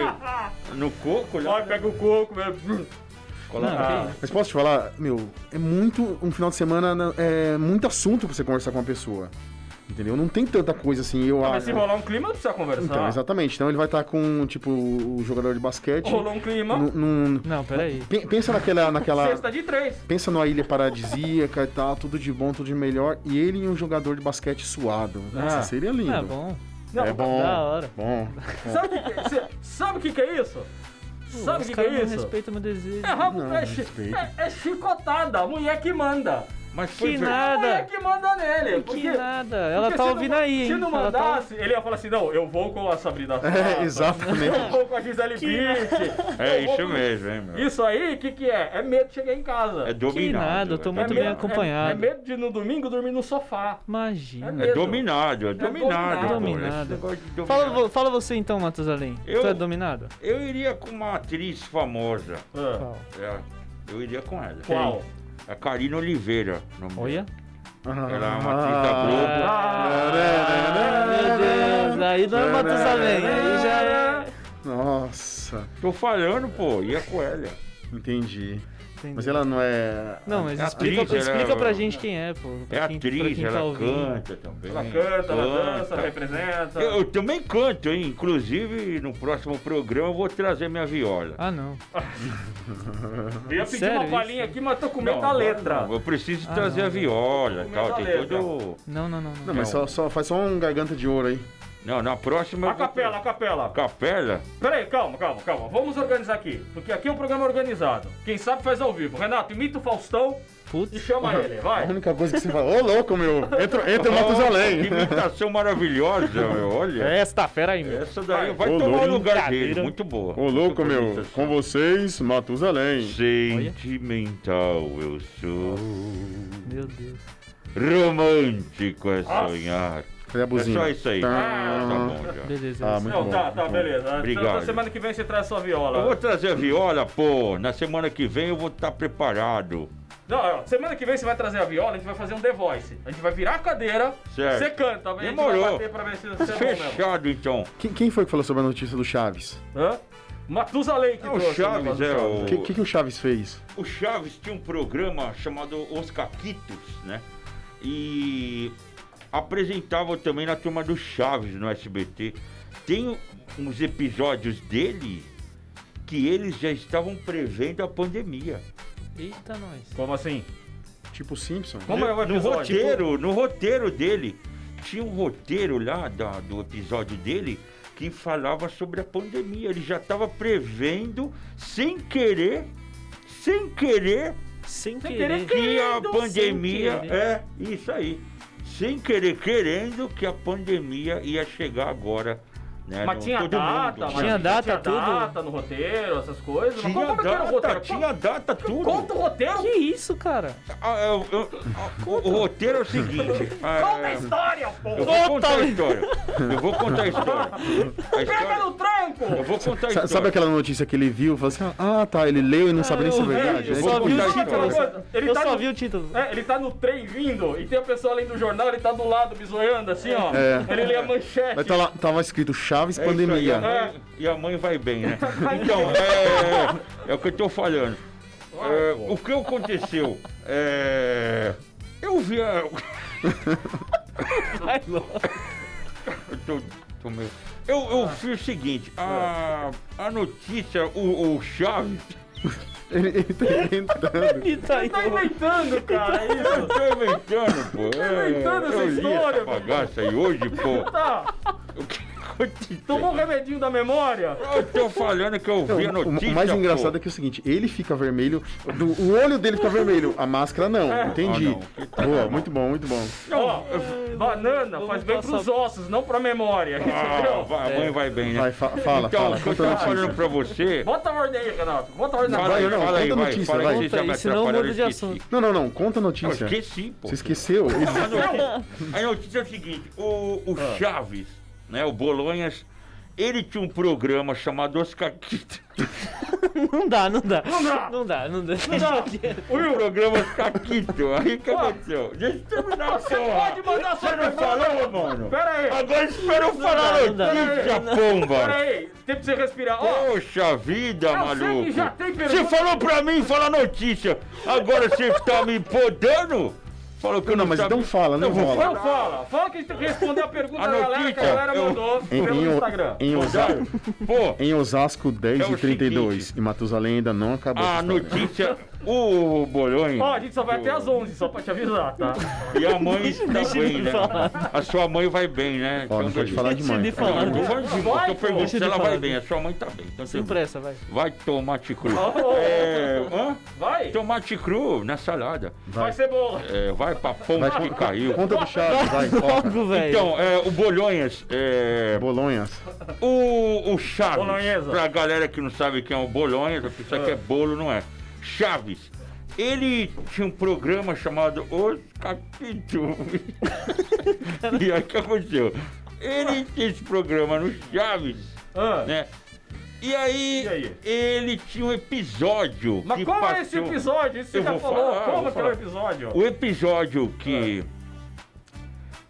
[SPEAKER 1] no coco, né?
[SPEAKER 2] Olha, pega o coco, meu.
[SPEAKER 1] Coloca Ah,
[SPEAKER 3] Não,
[SPEAKER 4] Mas posso te falar, meu, é muito. Um final de semana na- é muito assunto pra você conversar com uma pessoa. Entendeu? Não tem tanta coisa assim, eu
[SPEAKER 2] Mas
[SPEAKER 3] né?
[SPEAKER 4] acho.
[SPEAKER 2] se rolar um clima, não precisa conversar.
[SPEAKER 4] Então, exatamente. Então ele vai estar com, tipo, o jogador de basquete.
[SPEAKER 2] Rolou um clima,
[SPEAKER 4] num- num-
[SPEAKER 3] Não, peraí.
[SPEAKER 4] Pen- Pensa naquela. naquela
[SPEAKER 2] sexta de três.
[SPEAKER 4] pensa numa ilha paradisíaca e tal, tudo de bom, tudo de melhor. E ele e um jogador de basquete suado. Nossa,
[SPEAKER 2] Ah.
[SPEAKER 4] seria lindo.
[SPEAKER 3] Ah, bom.
[SPEAKER 2] Não,
[SPEAKER 4] É bom.
[SPEAKER 3] Da hora.
[SPEAKER 4] Bom.
[SPEAKER 2] Sabe o que, que, é- cê- sabe o que, que é isso? Sabe o
[SPEAKER 3] Os
[SPEAKER 2] que, que é
[SPEAKER 3] caras não
[SPEAKER 2] isso?
[SPEAKER 3] respeitam meu desejo.
[SPEAKER 2] É, rabo-
[SPEAKER 4] Não,
[SPEAKER 2] é, chi-
[SPEAKER 4] respeito.
[SPEAKER 2] é- é chicotada, a mulher que manda.
[SPEAKER 1] Mas foi
[SPEAKER 3] Que
[SPEAKER 1] ver-
[SPEAKER 2] A
[SPEAKER 3] nada.
[SPEAKER 2] mulher que manda nele.
[SPEAKER 3] Que
[SPEAKER 2] porque-
[SPEAKER 3] nada. Ela
[SPEAKER 2] Porque
[SPEAKER 3] tá
[SPEAKER 2] se
[SPEAKER 3] ouvindo
[SPEAKER 2] não,
[SPEAKER 3] aí, hein?
[SPEAKER 2] Se não
[SPEAKER 3] Ela tá-
[SPEAKER 2] mandasse, ele ia falar assim, não, eu vou com a Sabrina
[SPEAKER 4] É,
[SPEAKER 2] Sato, Eu
[SPEAKER 4] exatamente.
[SPEAKER 2] vou com a Gisele Bündchen.
[SPEAKER 1] É
[SPEAKER 2] eu vou
[SPEAKER 1] isso
[SPEAKER 2] com-
[SPEAKER 1] mesmo, hein, meu?
[SPEAKER 2] Isso aí, o que que é? É medo de chegar em casa.
[SPEAKER 1] É dominado.
[SPEAKER 3] Que nada, eu tô
[SPEAKER 1] é
[SPEAKER 3] muito
[SPEAKER 1] dominado.
[SPEAKER 3] bem acompanhado.
[SPEAKER 2] É, é medo de, no domingo, dormir no sofá.
[SPEAKER 3] Imagina.
[SPEAKER 2] É
[SPEAKER 1] É dominado, é
[SPEAKER 2] dominado.
[SPEAKER 1] dominado. pô, esse
[SPEAKER 3] Dominado.
[SPEAKER 1] negócio de dominado.
[SPEAKER 3] Fala, vo- fala você então, Matusalém.
[SPEAKER 1] Eu?
[SPEAKER 3] Tu é dominado?
[SPEAKER 1] Eu iria com uma atriz famosa.
[SPEAKER 2] Ah,
[SPEAKER 1] É, eu iria com ela.
[SPEAKER 2] Qual?
[SPEAKER 1] A Karina Oliveira. o nome
[SPEAKER 3] Olha.
[SPEAKER 1] Ela é uma atriz da Globo.
[SPEAKER 3] Ah, meu Deus, aí não é Matusalém, aí já é.
[SPEAKER 4] Nossa,
[SPEAKER 1] Tô falando, pô, ia com ela.
[SPEAKER 4] entendi.
[SPEAKER 3] Entendi.
[SPEAKER 4] Mas ela não é.
[SPEAKER 3] Não, mas
[SPEAKER 1] É
[SPEAKER 3] explica,
[SPEAKER 1] atriz,
[SPEAKER 3] explica
[SPEAKER 1] ela-
[SPEAKER 3] pra gente quem é, pô.
[SPEAKER 1] É
[SPEAKER 3] pra quem- pra
[SPEAKER 1] atriz,
[SPEAKER 3] quem tá
[SPEAKER 1] ela
[SPEAKER 3] ouvindo.
[SPEAKER 1] canta também.
[SPEAKER 2] Ela canta, ela dança,
[SPEAKER 3] é
[SPEAKER 2] representa.
[SPEAKER 1] Eu, eu também canto, hein? Inclusive, no próximo programa eu vou trazer minha viola.
[SPEAKER 3] Ah, não.
[SPEAKER 2] Eu ia pedir
[SPEAKER 3] Sério
[SPEAKER 2] uma
[SPEAKER 3] isso?
[SPEAKER 2] palhinha aqui, mas tô com medo
[SPEAKER 1] Não,
[SPEAKER 2] da letra.
[SPEAKER 1] não, eu preciso
[SPEAKER 3] Ah,
[SPEAKER 1] trazer
[SPEAKER 3] não.
[SPEAKER 1] a viola e
[SPEAKER 2] Comenta
[SPEAKER 1] tal.
[SPEAKER 2] a
[SPEAKER 1] Tem
[SPEAKER 2] letra.
[SPEAKER 1] todo.
[SPEAKER 3] Não, não, não.
[SPEAKER 4] Não,
[SPEAKER 3] não.
[SPEAKER 4] mas só, só- faz só um garganta de ouro aí.
[SPEAKER 1] Não, na próxima. eu
[SPEAKER 2] A
[SPEAKER 1] vou-
[SPEAKER 2] capela, a capela.
[SPEAKER 1] Capela?
[SPEAKER 2] Peraí, calma, calma, calma. Vamos organizar aqui. Porque aqui é um programa organizado. Quem sabe faz ao vivo. Renato, imita o Faustão e
[SPEAKER 3] Putz.
[SPEAKER 2] chama ele, vai.
[SPEAKER 4] A única coisa que você fala, ô louco, meu, entra, entra o Matusalém.
[SPEAKER 1] Que imitação maravilhosa, meu. Olha.
[SPEAKER 3] Esta fera aí, meu.
[SPEAKER 1] Essa daí vai
[SPEAKER 4] Ô,
[SPEAKER 1] tomar o
[SPEAKER 4] louco.
[SPEAKER 1] lugar
[SPEAKER 3] É. Brincadeira.
[SPEAKER 1] dele. Muito boa.
[SPEAKER 4] Ô louco, meu,
[SPEAKER 1] Superlista.
[SPEAKER 4] com vocês, Matusalém.
[SPEAKER 1] Sentimental eu sou.
[SPEAKER 3] Meu Deus.
[SPEAKER 1] Romântico é
[SPEAKER 2] Nossa.
[SPEAKER 1] sonhar.
[SPEAKER 4] Cadê a buzina?
[SPEAKER 1] É só isso aí.
[SPEAKER 4] Tá.
[SPEAKER 1] Tá bom já.
[SPEAKER 3] Beleza.
[SPEAKER 4] Ah,
[SPEAKER 3] beleza.
[SPEAKER 4] muito
[SPEAKER 2] Não,
[SPEAKER 4] bom.
[SPEAKER 2] tá, tá,
[SPEAKER 4] muito bom.
[SPEAKER 2] beleza.
[SPEAKER 1] Obrigado.
[SPEAKER 2] Então, semana que vem você traz sua viola.
[SPEAKER 1] Eu vou trazer a viola, pô. Na semana que vem eu vou estar preparado.
[SPEAKER 2] Não, ó, semana que vem você vai trazer a viola, a gente vai fazer um The Voice. A gente vai virar a cadeira,
[SPEAKER 1] Certo.
[SPEAKER 2] você canta, a gente vai
[SPEAKER 1] Demorou.
[SPEAKER 2] bater pra ver se você é
[SPEAKER 4] Tá
[SPEAKER 2] bom mesmo.
[SPEAKER 1] Fechado, então.
[SPEAKER 4] Quem, quem foi que falou sobre a notícia do Chaves?
[SPEAKER 2] Hã? Matusalém que
[SPEAKER 1] É o
[SPEAKER 2] trouxe. né,
[SPEAKER 1] Chaves,
[SPEAKER 2] negócio
[SPEAKER 1] é
[SPEAKER 2] do
[SPEAKER 1] o...
[SPEAKER 4] O que, que, que o Chaves fez?
[SPEAKER 1] O Chaves tinha um programa chamado Os Caquitos, né? E apresentava também na turma do Chaves no SBT. Tem uns episódios dele que eles já estavam prevendo a pandemia.
[SPEAKER 3] Eita, nós.
[SPEAKER 2] Como assim?
[SPEAKER 4] Tipo Simpson?
[SPEAKER 2] Como é o
[SPEAKER 1] No
[SPEAKER 2] episódio?
[SPEAKER 1] roteiro, no roteiro dele. Tinha um roteiro lá da- do episódio dele Pasquim falava sobre a pandemia. Ele já estava prevendo, sem querer, sem querer,
[SPEAKER 3] Sem
[SPEAKER 2] Sem querer,
[SPEAKER 3] querer.
[SPEAKER 1] que a
[SPEAKER 2] Querendo,
[SPEAKER 1] pandemia.
[SPEAKER 3] sem querer.
[SPEAKER 1] É, isso aí. Sem querer, querendo que a pandemia ia chegar agora. Né,
[SPEAKER 2] Mas
[SPEAKER 1] no-
[SPEAKER 2] tinha
[SPEAKER 1] todo
[SPEAKER 2] data,
[SPEAKER 1] mundo,
[SPEAKER 2] mas
[SPEAKER 1] né?
[SPEAKER 3] Tinha data,
[SPEAKER 2] tinha
[SPEAKER 3] tudo.
[SPEAKER 2] data no roteiro, essas coisas.
[SPEAKER 1] Tinha
[SPEAKER 2] mas como que era o
[SPEAKER 1] data,
[SPEAKER 2] roteiro?
[SPEAKER 1] tinha data, tudo.
[SPEAKER 2] Conta o roteiro,
[SPEAKER 3] Que isso, cara?
[SPEAKER 1] Ah, eu- eu- o, o roteiro é o seguinte.
[SPEAKER 2] conta a
[SPEAKER 1] ah,
[SPEAKER 2] história,
[SPEAKER 1] eu
[SPEAKER 2] pô!
[SPEAKER 1] vou contar a
[SPEAKER 3] Totalmente.
[SPEAKER 1] história. Eu vou contar a história. A
[SPEAKER 2] Pega
[SPEAKER 1] história
[SPEAKER 2] no tranco!
[SPEAKER 1] eu vou contar a
[SPEAKER 4] Sa-
[SPEAKER 1] história.
[SPEAKER 4] Sabe aquela notícia que ele viu? Falou assim, ah, tá, ele leu e não sabe nem se é
[SPEAKER 3] eu vi,
[SPEAKER 4] verdade.
[SPEAKER 3] eu
[SPEAKER 4] Aí
[SPEAKER 1] só
[SPEAKER 4] ele
[SPEAKER 1] vi
[SPEAKER 4] conta
[SPEAKER 1] o
[SPEAKER 4] a
[SPEAKER 2] Sabe aquela
[SPEAKER 1] Então,
[SPEAKER 4] história.
[SPEAKER 2] coisa? Ele
[SPEAKER 3] Eu
[SPEAKER 2] tá
[SPEAKER 3] só
[SPEAKER 2] no-
[SPEAKER 3] vi o título.
[SPEAKER 2] É, ele tá no trem vindo e tem a pessoa além do jornal, ele tá do lado, bizoiando assim, ó.
[SPEAKER 4] É.
[SPEAKER 2] Ele lê a manchete.
[SPEAKER 4] Aí tá lá- tava escrito Chaves
[SPEAKER 1] É isso aí, a
[SPEAKER 4] Pandemia.
[SPEAKER 1] mãe- E a mãe vai bem, né? Então, é, é, é o que eu tô falando. É, o que aconteceu? É, eu vi a.
[SPEAKER 3] Ai, nossa.
[SPEAKER 1] Eu, tô- tô meio- eu,
[SPEAKER 4] Ah.
[SPEAKER 1] eu fiz o seguinte: a, a notícia, o, o Chaves.
[SPEAKER 4] Ele, ele tá inventando.
[SPEAKER 3] Ele tá aí.
[SPEAKER 2] Tá inventando, cara, é
[SPEAKER 1] Eu
[SPEAKER 2] isso.
[SPEAKER 1] tô tá inventando, pô.
[SPEAKER 4] Tá
[SPEAKER 1] é,
[SPEAKER 2] inventando essa
[SPEAKER 1] eu li
[SPEAKER 2] história,
[SPEAKER 1] essa bagaça e hoje, pô.
[SPEAKER 2] Tá,
[SPEAKER 1] O que aconteceu?
[SPEAKER 4] Então
[SPEAKER 2] tomou o remedinho da memória?
[SPEAKER 1] Eu tô falando que eu vi a
[SPEAKER 4] Não, Então, o-
[SPEAKER 1] notícia.
[SPEAKER 4] o mais
[SPEAKER 1] pô.
[SPEAKER 4] engraçado é que é o seguinte, ele fica vermelho, do- o olho dele fica vermelho, a máscara não, entendi.
[SPEAKER 1] Ah, não.
[SPEAKER 4] Boa, muito bom, muito bom.
[SPEAKER 2] Ó, banana
[SPEAKER 3] vamos
[SPEAKER 2] faz bem
[SPEAKER 3] passar-
[SPEAKER 2] pros ossos, não pra memória,
[SPEAKER 1] Ah,
[SPEAKER 2] entendeu?
[SPEAKER 1] vai- a mãe vai bem, né?
[SPEAKER 4] é. Vai, fa- fala,
[SPEAKER 1] Então,
[SPEAKER 4] fala,
[SPEAKER 1] o que eu
[SPEAKER 4] conta a
[SPEAKER 1] tava
[SPEAKER 4] notícia.
[SPEAKER 1] falando pra você.
[SPEAKER 2] Bota a ordem aí, Renato, bota a ordem na
[SPEAKER 1] Fala
[SPEAKER 4] vai,
[SPEAKER 1] aí,
[SPEAKER 2] mão.
[SPEAKER 4] não,
[SPEAKER 1] fala aí,
[SPEAKER 4] conta a
[SPEAKER 1] vai.
[SPEAKER 4] notícia,
[SPEAKER 1] fala
[SPEAKER 4] vai.
[SPEAKER 1] aí, vocês já
[SPEAKER 3] Conta
[SPEAKER 1] me
[SPEAKER 3] aí, senão eu
[SPEAKER 1] atrapalharam,
[SPEAKER 3] mudo de
[SPEAKER 1] eu esqueci.
[SPEAKER 3] assunto.
[SPEAKER 4] Não, não, não, conta a
[SPEAKER 1] Eu
[SPEAKER 4] notícia.
[SPEAKER 1] esqueci, pô.
[SPEAKER 4] Você esqueceu?
[SPEAKER 1] A notícia, a notícia é o seguinte, o, o Chaves, né, o Bolonhas, ele tinha um programa chamado Os Caquitos.
[SPEAKER 3] Não dá, não dá. Não
[SPEAKER 2] dá.
[SPEAKER 3] Não dá, não dá.
[SPEAKER 1] O Um programa Os Caquitos. Aí o que aconteceu? Deixa eu terminar a porra.
[SPEAKER 2] Pode mandar
[SPEAKER 1] Você
[SPEAKER 2] sua
[SPEAKER 1] não
[SPEAKER 2] memória.
[SPEAKER 1] falou, mano?
[SPEAKER 2] Pera aí,
[SPEAKER 1] Agora espera eu falar a
[SPEAKER 3] dá, não dá.
[SPEAKER 1] notícia,
[SPEAKER 2] pera
[SPEAKER 1] pomba.
[SPEAKER 2] aí, tem pra você respirar. Ó,
[SPEAKER 1] Poxa vida,
[SPEAKER 2] eu sei que
[SPEAKER 1] maluco.
[SPEAKER 2] já tem
[SPEAKER 1] Você
[SPEAKER 2] pergunta.
[SPEAKER 1] falou pra mim falar notícia. Agora você tá me podando? Falou que eu
[SPEAKER 4] Não,
[SPEAKER 1] não
[SPEAKER 4] mas
[SPEAKER 1] sabia.
[SPEAKER 4] então fala, não
[SPEAKER 1] Eu vou
[SPEAKER 4] enrola.
[SPEAKER 2] Não fala, fala que a gente tem que responder a pergunta
[SPEAKER 1] A
[SPEAKER 2] da galera que a
[SPEAKER 1] notícia,
[SPEAKER 2] galera
[SPEAKER 1] eu-
[SPEAKER 2] mandou
[SPEAKER 4] Em,
[SPEAKER 2] pelo
[SPEAKER 4] em O-
[SPEAKER 2] Instagram.
[SPEAKER 4] em Osa-
[SPEAKER 1] Pô,
[SPEAKER 4] em Osasco 10
[SPEAKER 1] É o
[SPEAKER 4] e 32.
[SPEAKER 1] seguinte.
[SPEAKER 4] e Matusalém ainda não acabou.
[SPEAKER 1] a
[SPEAKER 4] essa história.
[SPEAKER 1] notícia, o Bolonha
[SPEAKER 2] Ó, a gente só vai até as 11, só pra te avisar, tá?
[SPEAKER 1] e a mãe está bem, né? A sua mãe vai bem, né?
[SPEAKER 4] Ó, não
[SPEAKER 1] Então,
[SPEAKER 4] pode falar de né?
[SPEAKER 3] Deixa
[SPEAKER 4] mãe.
[SPEAKER 3] ele
[SPEAKER 1] Não,
[SPEAKER 3] falar.
[SPEAKER 1] não tô falando de mãe,
[SPEAKER 2] Vai,
[SPEAKER 1] eu tô perguntando
[SPEAKER 3] pô.
[SPEAKER 1] se ela
[SPEAKER 3] Deixa
[SPEAKER 1] vai
[SPEAKER 3] de
[SPEAKER 1] bem, a sua mãe tá bem. Então,
[SPEAKER 3] Sem
[SPEAKER 1] você
[SPEAKER 3] pressa, vai.
[SPEAKER 1] vai tomar te cru.
[SPEAKER 2] Ó,
[SPEAKER 1] É, hã?
[SPEAKER 2] Tá Vai,
[SPEAKER 1] Tomar te cru na salada.
[SPEAKER 2] vai ser bom.
[SPEAKER 1] É, vai pra
[SPEAKER 4] Vai,
[SPEAKER 1] ponte que
[SPEAKER 4] con-
[SPEAKER 1] caiu.
[SPEAKER 4] Conta do Chaves, vai. foca.
[SPEAKER 3] Logo, velho.
[SPEAKER 1] Então, é, o Bolonhas, é,
[SPEAKER 4] Bolonhas.
[SPEAKER 1] O, o Chaves,
[SPEAKER 2] Bolonhesa.
[SPEAKER 1] pra galera que não sabe quem é o Bolonhas, a pessoa
[SPEAKER 2] Ah.
[SPEAKER 1] que é bolo, não é. Chaves, ele tinha um programa chamado Os Capítulos. e aí o que aconteceu? Ele tinha esse programa no Chaves,
[SPEAKER 2] Ah,
[SPEAKER 1] né? E aí,
[SPEAKER 2] E aí?
[SPEAKER 1] ele tinha um episódio.
[SPEAKER 2] Mas
[SPEAKER 1] que
[SPEAKER 2] como é
[SPEAKER 1] passou...
[SPEAKER 2] esse episódio? Isso você
[SPEAKER 1] Eu
[SPEAKER 2] já
[SPEAKER 1] vou
[SPEAKER 2] falou.
[SPEAKER 1] falar,
[SPEAKER 2] como
[SPEAKER 1] vou
[SPEAKER 2] é que é o
[SPEAKER 1] falar.
[SPEAKER 2] episódio?
[SPEAKER 1] O episódio que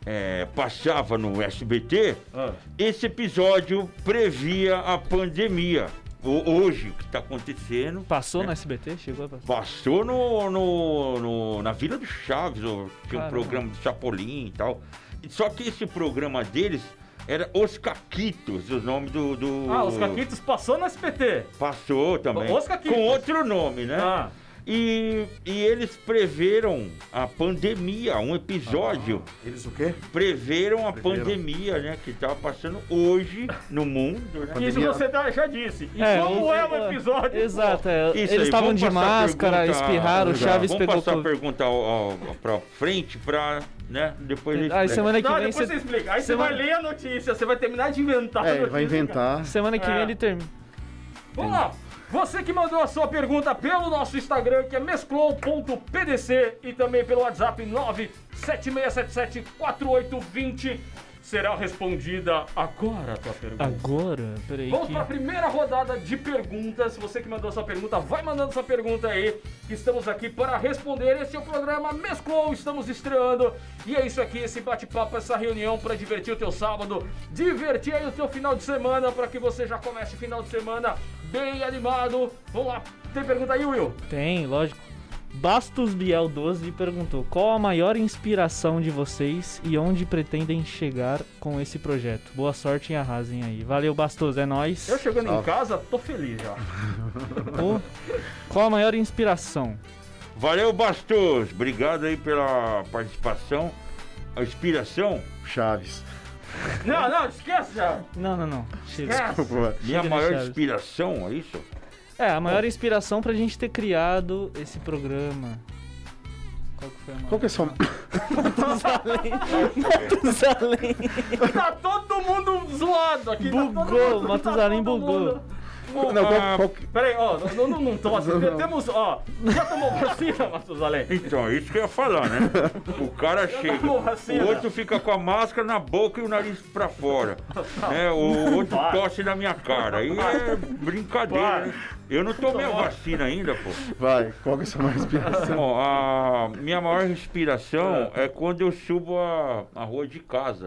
[SPEAKER 1] é, passava no SBT,
[SPEAKER 2] Ah,
[SPEAKER 1] esse episódio previa a pandemia. O- hoje, o que está acontecendo.
[SPEAKER 3] Passou no SBT? Chegou a passar.
[SPEAKER 1] Passou no, no- no- na Vila do Chaves, ou tinha um
[SPEAKER 3] Caramba.
[SPEAKER 1] programa de Chapolin e tal. E Só que esse programa deles era Os Caquitos, o nome do. do-
[SPEAKER 2] Ah, os Caquitos passou no SPT.
[SPEAKER 1] Passou também.
[SPEAKER 2] Os Caquitos.
[SPEAKER 1] Com outro nome,
[SPEAKER 4] É?
[SPEAKER 1] né?
[SPEAKER 2] Ah,
[SPEAKER 1] E, e eles preveram a pandemia, um episódio.
[SPEAKER 2] Ah.
[SPEAKER 4] Eles o quê?
[SPEAKER 1] Preveram a
[SPEAKER 4] Preveram.
[SPEAKER 1] pandemia, né? Que estava passando hoje no mundo, né?
[SPEAKER 2] isso
[SPEAKER 4] Pandemia.
[SPEAKER 2] você tá- já disse. E
[SPEAKER 3] É,
[SPEAKER 2] como
[SPEAKER 3] o-
[SPEAKER 2] é o episódio?
[SPEAKER 3] Exato, é.
[SPEAKER 1] Isso aí,
[SPEAKER 3] eles estavam
[SPEAKER 1] vamos
[SPEAKER 3] de
[SPEAKER 1] passar a
[SPEAKER 3] máscara,
[SPEAKER 1] pergunta-
[SPEAKER 3] espirraram, o
[SPEAKER 4] Legal.
[SPEAKER 3] Chaves
[SPEAKER 1] Vamos
[SPEAKER 3] pegou
[SPEAKER 1] passar a
[SPEAKER 3] Covid.
[SPEAKER 1] pergunta ao, ao, pra frente pra, né, depois...
[SPEAKER 3] Aí
[SPEAKER 1] gente-
[SPEAKER 3] semana É que
[SPEAKER 2] Não,
[SPEAKER 3] vem
[SPEAKER 2] depois você...
[SPEAKER 3] você...
[SPEAKER 2] explica. Aí você
[SPEAKER 3] você
[SPEAKER 2] vai
[SPEAKER 3] vai-
[SPEAKER 2] ler a notícia, você vai terminar de inventar. a
[SPEAKER 4] É, ele vai
[SPEAKER 2] notícia, cara.
[SPEAKER 4] inventar.
[SPEAKER 3] Semana que
[SPEAKER 2] É.
[SPEAKER 3] vem ele termina.
[SPEAKER 2] Vamos lá! Você que mandou a sua pergunta pelo nosso Instagram, que é mesclou.pdc, e também pelo WhatsApp 976774820, será respondida agora a tua pergunta.
[SPEAKER 3] Agora, peraí
[SPEAKER 2] Vamos para a
[SPEAKER 3] que...
[SPEAKER 2] primeira rodada de perguntas. Você que mandou sua pergunta, vai mandando sua pergunta aí. que Estamos aqui para responder. Esse é o programa Mesclou, estamos estreando. E é isso aqui, esse bate-papo, essa reunião para divertir o teu sábado, divertir aí o teu final de semana, para que você já comece o final de semana bem animado. Vamos lá, tem pergunta aí, Will?
[SPEAKER 3] Tem, lógico. Bastos Biel 12 perguntou qual a maior inspiração de vocês e onde pretendem chegar com esse projeto. Boa sorte e arrasem aí. Valeu, Bastos, é nóis.
[SPEAKER 2] Eu chegando em
[SPEAKER 4] Salve.
[SPEAKER 2] casa, tô feliz já.
[SPEAKER 3] Pô, Qual a maior inspiração?
[SPEAKER 1] Valeu, Bastos! Obrigado aí pela participação, a inspiração.
[SPEAKER 4] Chaves.
[SPEAKER 2] Não, não, esquece já.
[SPEAKER 3] Não, não, não. Chega.
[SPEAKER 2] Esquece.
[SPEAKER 1] Minha
[SPEAKER 3] de
[SPEAKER 1] maior
[SPEAKER 3] Chaves.
[SPEAKER 1] inspiração, é isso?
[SPEAKER 3] É, a maior inspiração pra gente ter criado esse programa. Qual que foi a maior?
[SPEAKER 4] Qual que é sua...
[SPEAKER 3] Matusalém. Matusalém.
[SPEAKER 2] Tá todo mundo zoado aqui. tá todo
[SPEAKER 3] Bugou,
[SPEAKER 2] mundo- tá
[SPEAKER 3] Matusalém
[SPEAKER 2] todo
[SPEAKER 3] bugou.
[SPEAKER 2] mundo- Bom,
[SPEAKER 4] Não,
[SPEAKER 1] Ah,
[SPEAKER 4] qual, qual que...
[SPEAKER 2] Peraí, ó, não, não, não tosse. Temos, ó, já tomou vacina, Matusalém?
[SPEAKER 1] Então, é isso que eu ia falar, né? O cara
[SPEAKER 3] Tá
[SPEAKER 1] chega,
[SPEAKER 2] tomou
[SPEAKER 3] assim,
[SPEAKER 2] vacina?
[SPEAKER 1] o
[SPEAKER 3] né?
[SPEAKER 1] outro fica com a máscara na boca e o nariz pra fora. Né? O outro
[SPEAKER 2] Para.
[SPEAKER 1] tosse na minha cara. Aí é brincadeira,
[SPEAKER 2] Para.
[SPEAKER 1] né? Eu não tomei a vacina ainda, pô.
[SPEAKER 4] Vai, qual que é sua maior inspiração?
[SPEAKER 1] Bom, a minha maior inspiração é quando eu subo a, a rua de casa.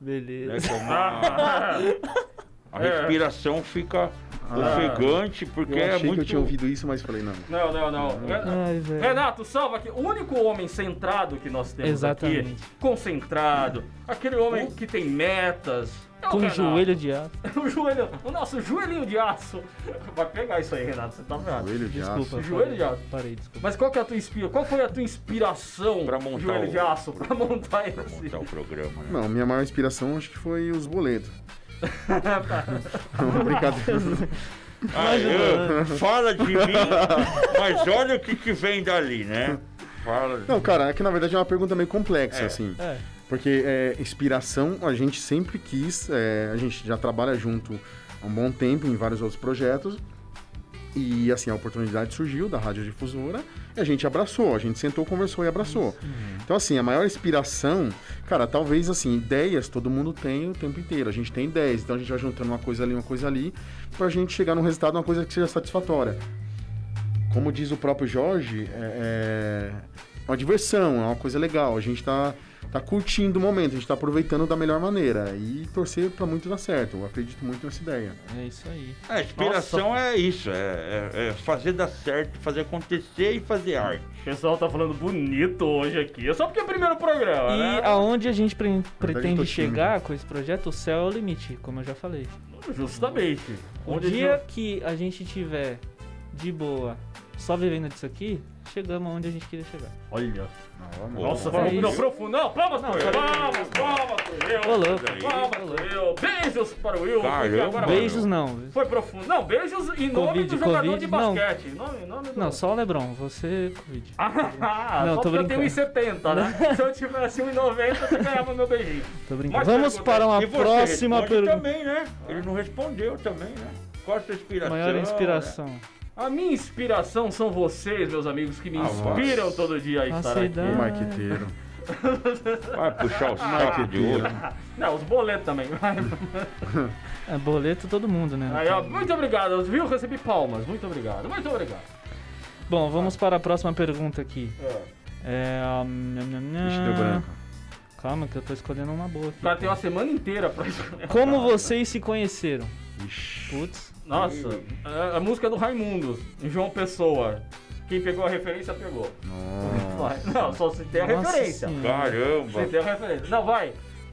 [SPEAKER 1] né?
[SPEAKER 3] Beleza.
[SPEAKER 1] Que é
[SPEAKER 2] Ah,
[SPEAKER 1] uma- a respiração fica ofegante, porque
[SPEAKER 4] É. Ah. Eu
[SPEAKER 1] é
[SPEAKER 4] achei que eu
[SPEAKER 1] muito.
[SPEAKER 4] tinha ouvido isso, mas falei, não.
[SPEAKER 2] Não, não, não. Ren-
[SPEAKER 3] Ai, velho.
[SPEAKER 2] Renato, salva aqui. O único homem centrado que nós temos
[SPEAKER 3] Exatamente.
[SPEAKER 2] aqui, concentrado, aquele homem que tem metas. é o
[SPEAKER 3] Com o
[SPEAKER 2] Renato.
[SPEAKER 3] joelho de aço.
[SPEAKER 2] O joelho. O nosso joelhinho de aço. Vai pegar isso aí, Renato. Você tá vendo?
[SPEAKER 4] Joelho de aço.
[SPEAKER 3] Desculpa.
[SPEAKER 2] Joelho de aço.
[SPEAKER 3] Parei, desculpa.
[SPEAKER 2] Mas qual que é a tua inspira? Qual foi a tua inspiração
[SPEAKER 1] Pra montar
[SPEAKER 2] joelho
[SPEAKER 1] o-
[SPEAKER 2] de aço pra montar
[SPEAKER 1] Pra
[SPEAKER 2] esse?
[SPEAKER 1] montar o programa, né?
[SPEAKER 4] Não, minha maior inspiração acho que foi os boletos. Não, brincadeira.
[SPEAKER 1] Ah, eu- fala de mim, mas olha o que, que vem dali, né? Fala.
[SPEAKER 4] Não, cara, é que na verdade é uma pergunta meio complexa,
[SPEAKER 1] É.
[SPEAKER 4] assim.
[SPEAKER 3] É.
[SPEAKER 4] Porque é, inspiração a gente sempre quis, é, a gente já trabalha junto há um bom tempo em vários outros projetos. E assim, a oportunidade surgiu da radiodifusora e a gente abraçou, a gente sentou, conversou e abraçou. Então, assim, a maior inspiração, cara, talvez assim, ideias todo mundo tem o tempo inteiro. A gente tem ideias, então a gente vai juntando uma coisa ali, uma coisa ali, pra gente chegar num resultado, uma coisa que seja satisfatória. Como diz o próprio Jorge, é, é uma diversão, é uma coisa legal. A gente tá, tá curtindo o momento, a gente tá aproveitando da melhor maneira. E torcer pra muito dar certo. Eu acredito muito nessa ideia.
[SPEAKER 3] É isso aí.
[SPEAKER 1] A inspiração é isso, é, é- é fazer dar certo, fazer acontecer e fazer arte.
[SPEAKER 2] O pessoal tá falando bonito hoje aqui. É só porque é o primeiro programa, né?
[SPEAKER 3] E aonde a gente pre- pretende
[SPEAKER 4] tô tímido.
[SPEAKER 3] chegar com esse projeto, o céu é o limite, como eu já falei.
[SPEAKER 2] Justamente.
[SPEAKER 3] O
[SPEAKER 2] Onde
[SPEAKER 3] Um dia que a gente tiver de boa, só vivendo disso aqui, chegamos aonde a gente queria chegar.
[SPEAKER 2] Olha. Nossa,
[SPEAKER 3] Olha
[SPEAKER 1] é
[SPEAKER 2] foi
[SPEAKER 3] isso.
[SPEAKER 2] não, profundo. Não, palmas pro Will. Palmas, palmas pro Will.
[SPEAKER 3] Ô, louco.
[SPEAKER 2] Palmas pro Will. Beijos para o Will. porque
[SPEAKER 1] Caramba.
[SPEAKER 2] agora-
[SPEAKER 3] Beijos não.
[SPEAKER 2] Foi profundo. Não, beijos em nome
[SPEAKER 3] Covid,
[SPEAKER 2] do jogador
[SPEAKER 3] Covid,
[SPEAKER 2] de
[SPEAKER 3] não.
[SPEAKER 2] basquete. Em nome, em nome do...
[SPEAKER 3] Não, só o Lebron, você Covid.
[SPEAKER 2] Ah,
[SPEAKER 3] Não,
[SPEAKER 2] só
[SPEAKER 3] tô
[SPEAKER 2] porque eu tenho 1,70,
[SPEAKER 3] brincando.
[SPEAKER 2] né? Se eu tivesse 1,90, você ganhava meu beijinho.
[SPEAKER 3] Tô
[SPEAKER 2] Mas
[SPEAKER 3] brincando. Vamos
[SPEAKER 2] pergunta,
[SPEAKER 3] para uma
[SPEAKER 1] E você
[SPEAKER 3] próxima
[SPEAKER 1] responde
[SPEAKER 3] pergunta.
[SPEAKER 1] também, né? Ele não respondeu também, né? Qual a sua inspiração?
[SPEAKER 3] Maior inspiração.
[SPEAKER 2] A minha inspiração são vocês, meus amigos, que me
[SPEAKER 1] Ah,
[SPEAKER 2] inspiram
[SPEAKER 1] nossa.
[SPEAKER 2] todo dia a estar
[SPEAKER 3] Nossa
[SPEAKER 2] aqui.
[SPEAKER 3] idade.
[SPEAKER 4] O marqueteiro.
[SPEAKER 3] Ah.
[SPEAKER 1] né? Vai puxar o
[SPEAKER 2] Ah,
[SPEAKER 1] saco de outro.
[SPEAKER 2] Não, os boletos também.
[SPEAKER 3] É boleto todo mundo, né?
[SPEAKER 2] Aí, ó, muito obrigado, viu? Recebi palmas. Muito obrigado, muito obrigado.
[SPEAKER 3] Bom, vamos para a próxima pergunta aqui.
[SPEAKER 2] É.
[SPEAKER 3] É. ah, nham, nham, nham.
[SPEAKER 4] Ixi, deu branco.
[SPEAKER 3] Calma que eu tô escolhendo uma boa aqui.
[SPEAKER 2] Pra ter uma semana inteira pra escolher.
[SPEAKER 3] Como
[SPEAKER 2] né?
[SPEAKER 3] vocês se conheceram?
[SPEAKER 4] Ixi.
[SPEAKER 3] Putz.
[SPEAKER 2] Nossa, é, a, a música do Raimundos, em João Pessoa. Quem pegou a referência, pegou.
[SPEAKER 4] Nossa.
[SPEAKER 2] Vai. Não, só se tem a
[SPEAKER 3] Nossa
[SPEAKER 2] referência.
[SPEAKER 3] Senhora.
[SPEAKER 2] Se
[SPEAKER 1] Caramba!
[SPEAKER 2] tem a referência. Não, vai.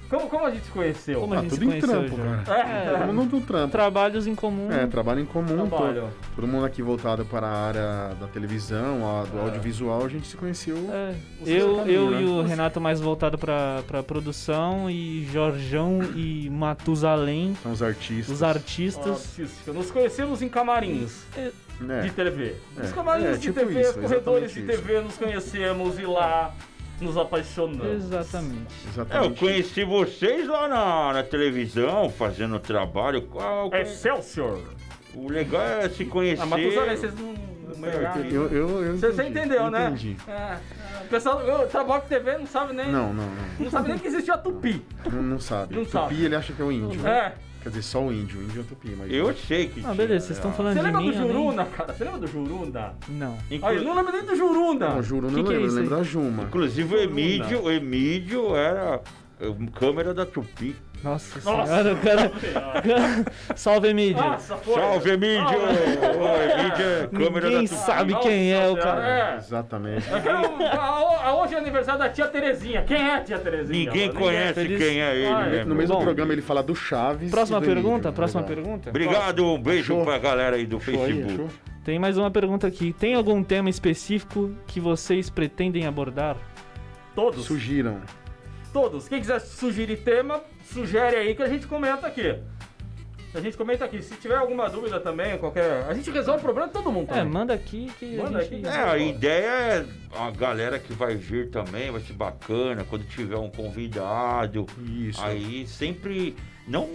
[SPEAKER 2] Como, como a gente se conheceu?
[SPEAKER 3] Como a
[SPEAKER 4] Ah,
[SPEAKER 3] gente se
[SPEAKER 4] tudo em
[SPEAKER 3] conheceu,
[SPEAKER 4] trampo,
[SPEAKER 3] Jorge?
[SPEAKER 4] cara.
[SPEAKER 2] É,
[SPEAKER 4] Todo mundo no trampo.
[SPEAKER 3] Trabalhos em comum.
[SPEAKER 4] É, trabalho em comum. to-
[SPEAKER 2] trabalho.
[SPEAKER 4] Todo mundo aqui voltado para a área da televisão, a-
[SPEAKER 2] É.
[SPEAKER 4] do audiovisual, a gente se conheceu.
[SPEAKER 3] É,
[SPEAKER 4] Você
[SPEAKER 3] eu,
[SPEAKER 4] tá
[SPEAKER 3] eu
[SPEAKER 4] duro,
[SPEAKER 3] e
[SPEAKER 4] né?
[SPEAKER 3] o Renato mais voltado pra, pra produção e Jorjão e Matusalém,
[SPEAKER 4] São os artistas.
[SPEAKER 3] os artistas.
[SPEAKER 2] Artística. Nos conhecemos em camarins
[SPEAKER 4] né?
[SPEAKER 2] de TV. Nos
[SPEAKER 4] É,
[SPEAKER 2] camarins
[SPEAKER 4] é,
[SPEAKER 2] de
[SPEAKER 4] tipo
[SPEAKER 2] TV,
[SPEAKER 4] isso,
[SPEAKER 2] corredores de
[SPEAKER 4] exatamente isso.
[SPEAKER 2] TV, nos conhecemos e lá nos apaixonamos.
[SPEAKER 3] Exatamente.
[SPEAKER 1] É, eu
[SPEAKER 4] Exatamente.
[SPEAKER 1] conheci vocês lá na, na televisão, fazendo trabalho. Qual, é?
[SPEAKER 2] Excelsior.
[SPEAKER 1] O legal é se conhecer.
[SPEAKER 2] É Ah, Matusalém, vocês não. não
[SPEAKER 1] Meu,
[SPEAKER 2] pegaram?
[SPEAKER 4] Eu, eu, eu
[SPEAKER 2] Você você
[SPEAKER 4] entendi,
[SPEAKER 2] entendeu,
[SPEAKER 4] eu
[SPEAKER 2] né?
[SPEAKER 4] Entendi.
[SPEAKER 2] É, é. O pessoal, eu trabalho com TV, não sabe nem.
[SPEAKER 4] Não, não, não.
[SPEAKER 2] não sabe nem que existe a Tupi.
[SPEAKER 4] Não, não sabe.
[SPEAKER 2] Não
[SPEAKER 4] tupi
[SPEAKER 2] sabe.
[SPEAKER 4] ele acha que é o índio.
[SPEAKER 2] É.
[SPEAKER 4] Quer dizer, só o índio. O índio é tupi, mas.
[SPEAKER 1] Eu sei que.
[SPEAKER 3] Ah,
[SPEAKER 1] tinha,
[SPEAKER 3] beleza, vocês
[SPEAKER 1] né?
[SPEAKER 3] estão falando
[SPEAKER 2] Você
[SPEAKER 3] de
[SPEAKER 2] lembra do
[SPEAKER 3] mim. eu nem-
[SPEAKER 2] Juruna, cara? Você lembra do Jurunda?
[SPEAKER 3] Não.
[SPEAKER 1] Inclu-
[SPEAKER 2] Aí, eu não lembro nem do Jurunda.
[SPEAKER 4] Não, juro,
[SPEAKER 3] Que
[SPEAKER 4] não
[SPEAKER 3] que é
[SPEAKER 4] lembro.
[SPEAKER 3] isso
[SPEAKER 4] eu lembro
[SPEAKER 3] aí?
[SPEAKER 4] da Juma.
[SPEAKER 1] Inclusive o Emídio, o Emídio era eh, um câmera da Tupi.
[SPEAKER 3] Nossa,
[SPEAKER 2] Nossa.
[SPEAKER 3] senhora, o cara. Salve, Emílio.
[SPEAKER 4] Ah,
[SPEAKER 2] Nossa, foi.
[SPEAKER 1] Salve Emídio!
[SPEAKER 2] Ah, é.
[SPEAKER 1] Ô, Emídio é câmera
[SPEAKER 3] Ninguém
[SPEAKER 1] da Tupi.
[SPEAKER 3] sabe quem é o
[SPEAKER 2] Nossa
[SPEAKER 3] cara.
[SPEAKER 2] Senhora, é.
[SPEAKER 4] Exatamente.
[SPEAKER 2] Eu quero- a- a- Hoje é aniversário da tia Terezinha. Quem é a tia Terezinha?
[SPEAKER 1] Ninguém
[SPEAKER 2] mano?
[SPEAKER 1] conhece
[SPEAKER 3] Ninguém-
[SPEAKER 1] quem é ele,
[SPEAKER 2] Ah, é.
[SPEAKER 1] né?
[SPEAKER 4] No
[SPEAKER 1] meu?
[SPEAKER 4] mesmo
[SPEAKER 3] Bom.
[SPEAKER 4] programa ele fala do Chaves.
[SPEAKER 3] Próxima
[SPEAKER 4] e do
[SPEAKER 3] pergunta,
[SPEAKER 4] Emílio.
[SPEAKER 3] próxima
[SPEAKER 4] né? Legal.
[SPEAKER 3] pergunta.
[SPEAKER 1] Obrigado, um beijo
[SPEAKER 4] Show.
[SPEAKER 1] pra galera aí do
[SPEAKER 4] Show aí,
[SPEAKER 1] Facebook.
[SPEAKER 4] show.
[SPEAKER 3] Tem mais uma pergunta aqui. Tem algum tema específico que vocês pretendem abordar?
[SPEAKER 2] Todos.
[SPEAKER 4] Sugiram.
[SPEAKER 2] Todos. Quem quiser sugerir tema, sugere aí que a gente comenta aqui. A gente comenta aqui. Se tiver alguma dúvida também, qualquer. A gente resolve o problema de todo mundo
[SPEAKER 3] É,
[SPEAKER 2] também.
[SPEAKER 3] manda aqui que
[SPEAKER 2] Manda
[SPEAKER 3] a gente...
[SPEAKER 2] aqui.
[SPEAKER 4] né?
[SPEAKER 1] É, a ideia é a galera que vai vir também, vai ser bacana, quando tiver um convidado.
[SPEAKER 4] Isso.
[SPEAKER 1] Aí sempre. Não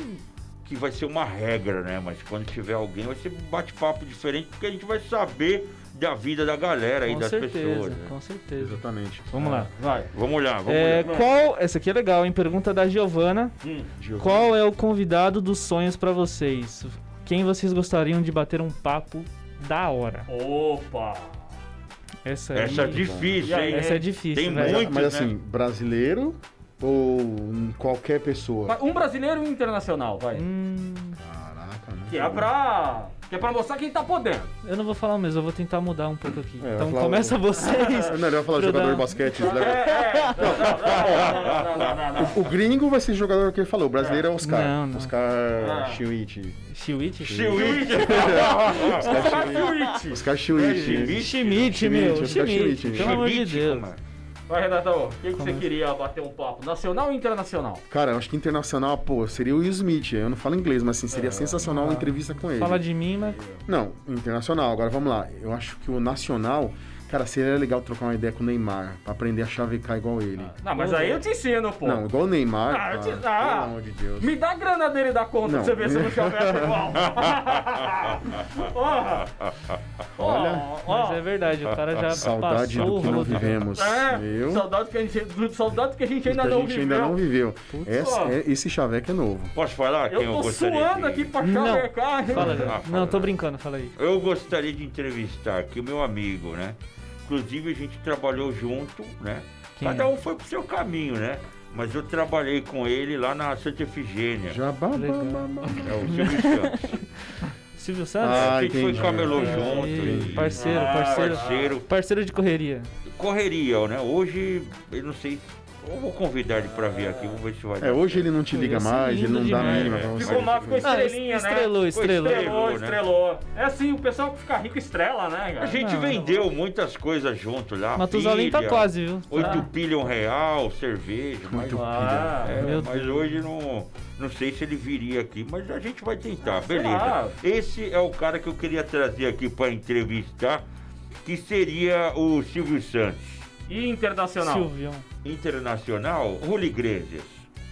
[SPEAKER 1] que vai ser uma regra, né? Mas quando tiver alguém, vai ser um bate-papo diferente, porque a gente vai saber da vida da galera É, aí,
[SPEAKER 3] Com
[SPEAKER 1] das
[SPEAKER 3] certeza,
[SPEAKER 1] pessoas. né? É.
[SPEAKER 3] com certeza.
[SPEAKER 4] Exatamente.
[SPEAKER 3] Vamos lá.
[SPEAKER 2] Vai.
[SPEAKER 1] Vamos lá, vamos
[SPEAKER 3] É,
[SPEAKER 1] lá.
[SPEAKER 3] qual... Essa aqui é legal, hein? Pergunta da Giovana.
[SPEAKER 2] Hum.
[SPEAKER 1] Uhum.
[SPEAKER 4] Giovanni.
[SPEAKER 3] Qual é o convidado dos sonhos pra vocês? Quem vocês gostariam de bater um papo da hora?
[SPEAKER 2] Opa!
[SPEAKER 3] Essa,
[SPEAKER 1] Essa é
[SPEAKER 3] aí...
[SPEAKER 2] E
[SPEAKER 1] difícil,
[SPEAKER 2] aí,
[SPEAKER 1] hein?
[SPEAKER 3] Essa é difícil,
[SPEAKER 1] Tem
[SPEAKER 3] velho.
[SPEAKER 1] muito,
[SPEAKER 4] Mas
[SPEAKER 1] né?
[SPEAKER 4] assim, brasileiro ou um qualquer pessoa?
[SPEAKER 2] Vai, Um brasileiro e um internacional, vai.
[SPEAKER 3] Hum,
[SPEAKER 4] Caraca,
[SPEAKER 2] Que
[SPEAKER 4] né?
[SPEAKER 2] é pra. Que é pra mostrar quem tá podendo.
[SPEAKER 3] eu não vou falar mesmo, eu vou tentar mudar um pouco aqui.
[SPEAKER 4] É, eu
[SPEAKER 3] então
[SPEAKER 4] vou falar
[SPEAKER 3] começa vocês.
[SPEAKER 4] Não, ele vai falar
[SPEAKER 3] Pra
[SPEAKER 4] jogador
[SPEAKER 3] dar-
[SPEAKER 4] de basquete.
[SPEAKER 2] É,
[SPEAKER 4] jogador-
[SPEAKER 2] é. Não, não, não, não, não, não, não, não,
[SPEAKER 4] O gringo vai ser jogador que ele falou, o brasileiro é Oscar.
[SPEAKER 3] Não, não.
[SPEAKER 4] Oscar
[SPEAKER 2] Ah.
[SPEAKER 4] Chiwiti.
[SPEAKER 3] Schmidt?
[SPEAKER 1] Chiwit.
[SPEAKER 2] não.
[SPEAKER 4] Oscar
[SPEAKER 1] Schmidt.
[SPEAKER 4] Chiwiti.
[SPEAKER 3] Schmidt, meu.
[SPEAKER 4] Schmidt, Oscar
[SPEAKER 3] Schmidt,
[SPEAKER 4] Schmidt.
[SPEAKER 3] pelo amor de
[SPEAKER 1] Schmidt,
[SPEAKER 3] Deus.
[SPEAKER 1] mano.
[SPEAKER 2] Vai, Renatão, o que, que você
[SPEAKER 3] Como?
[SPEAKER 2] queria bater um papo? Nacional ou internacional?
[SPEAKER 4] Cara, eu acho que internacional, pô, seria o Will Smith. Eu não falo inglês, mas assim, seria sensacional uma entrevista com ele.
[SPEAKER 3] Fala de mim, mas
[SPEAKER 4] Não, internacional. Agora vamos lá. Eu acho que o nacional, cara, seria legal trocar uma ideia com o Neymar, pra aprender a chavecar igual ele.
[SPEAKER 2] Não, mas aí eu te ensino, pô.
[SPEAKER 4] Não, igual o Neymar.
[SPEAKER 2] tá Ah,
[SPEAKER 4] cara,
[SPEAKER 2] eu te-
[SPEAKER 4] Pelo
[SPEAKER 2] ah.
[SPEAKER 4] amor de Deus.
[SPEAKER 2] Me dá a grana dele da conta pra
[SPEAKER 4] Não.
[SPEAKER 2] você ver se eu não chove essa igual. Porra!
[SPEAKER 4] Olha,
[SPEAKER 2] Ó, ó.
[SPEAKER 3] mas é verdade, o cara já
[SPEAKER 4] Saudade
[SPEAKER 3] passou
[SPEAKER 4] do
[SPEAKER 3] o
[SPEAKER 4] que não
[SPEAKER 3] rodo.
[SPEAKER 4] vivemos.
[SPEAKER 2] É,
[SPEAKER 4] Meu.
[SPEAKER 2] saudade que a gente, saudade que a gente
[SPEAKER 4] que
[SPEAKER 2] ainda
[SPEAKER 4] a
[SPEAKER 2] não
[SPEAKER 4] gente
[SPEAKER 2] viveu.
[SPEAKER 4] ainda não viveu. Essa-
[SPEAKER 2] ó.
[SPEAKER 4] é- esse chaveco é novo.
[SPEAKER 1] Posso falar
[SPEAKER 2] Eu
[SPEAKER 1] quem eu
[SPEAKER 2] tô
[SPEAKER 1] gostaria?
[SPEAKER 2] suando
[SPEAKER 1] de-
[SPEAKER 2] aqui pra
[SPEAKER 3] Não.
[SPEAKER 2] chavecar.
[SPEAKER 3] Fala,
[SPEAKER 1] Ah,
[SPEAKER 3] velho.
[SPEAKER 1] fala.
[SPEAKER 3] Não, tô brincando, fala aí.
[SPEAKER 1] Eu gostaria de entrevistar aqui o meu amigo, né? Inclusive a gente trabalhou junto, né?
[SPEAKER 3] Quem
[SPEAKER 1] Cada
[SPEAKER 3] é?
[SPEAKER 1] um foi pro seu caminho, né? Mas eu trabalhei com ele lá na Santa Efigênia.
[SPEAKER 4] Já ba- ba-
[SPEAKER 3] Legal.
[SPEAKER 4] ba- ba-
[SPEAKER 1] É o Silvio Santos.
[SPEAKER 3] Silvio
[SPEAKER 4] Ah,
[SPEAKER 3] Santos?
[SPEAKER 1] a gente foi
[SPEAKER 4] entendi.
[SPEAKER 1] camelô
[SPEAKER 4] Ah,
[SPEAKER 1] junto.
[SPEAKER 3] Ei,
[SPEAKER 1] e-
[SPEAKER 3] Parceiro,
[SPEAKER 2] Ah,
[SPEAKER 3] parceiro.
[SPEAKER 1] parceiro.
[SPEAKER 3] Parceiro de correria.
[SPEAKER 1] Correria, né? Hoje, eu não sei. Eu vou convidar ele pra vir aqui, vamos ver se vai dar
[SPEAKER 4] É, hoje ele não te
[SPEAKER 3] Pô,
[SPEAKER 4] liga
[SPEAKER 3] esse
[SPEAKER 4] mais, ele
[SPEAKER 3] lindo
[SPEAKER 4] não dá
[SPEAKER 3] demais,
[SPEAKER 4] mínima pra
[SPEAKER 1] velho.
[SPEAKER 4] você.
[SPEAKER 2] Ficou mal, ficou estrelinha, né?
[SPEAKER 3] Ah, estrelou, estrelou.
[SPEAKER 1] estrela.
[SPEAKER 2] Estrelou,
[SPEAKER 1] né?
[SPEAKER 2] estrelou. É assim, o pessoal que fica rico estrela, né,
[SPEAKER 1] A
[SPEAKER 2] cara?
[SPEAKER 1] gente
[SPEAKER 3] Não.
[SPEAKER 1] vendeu muitas coisas junto lá.
[SPEAKER 3] Matusalém tá
[SPEAKER 1] pilha,
[SPEAKER 3] quase, Ah. viu?
[SPEAKER 1] Oito pilhão real, cerveja. Mas,
[SPEAKER 4] Muito
[SPEAKER 2] Ah,
[SPEAKER 1] é,
[SPEAKER 3] Meu
[SPEAKER 1] mas hoje não, não sei se ele viria aqui, mas a gente vai tentar, beleza.
[SPEAKER 2] lá.
[SPEAKER 1] Esse é o cara que eu queria trazer aqui pra entrevistar, que seria o Silvio Santos.
[SPEAKER 2] E internacional.
[SPEAKER 3] Silvio.
[SPEAKER 1] Internacional, Rully Iglesias.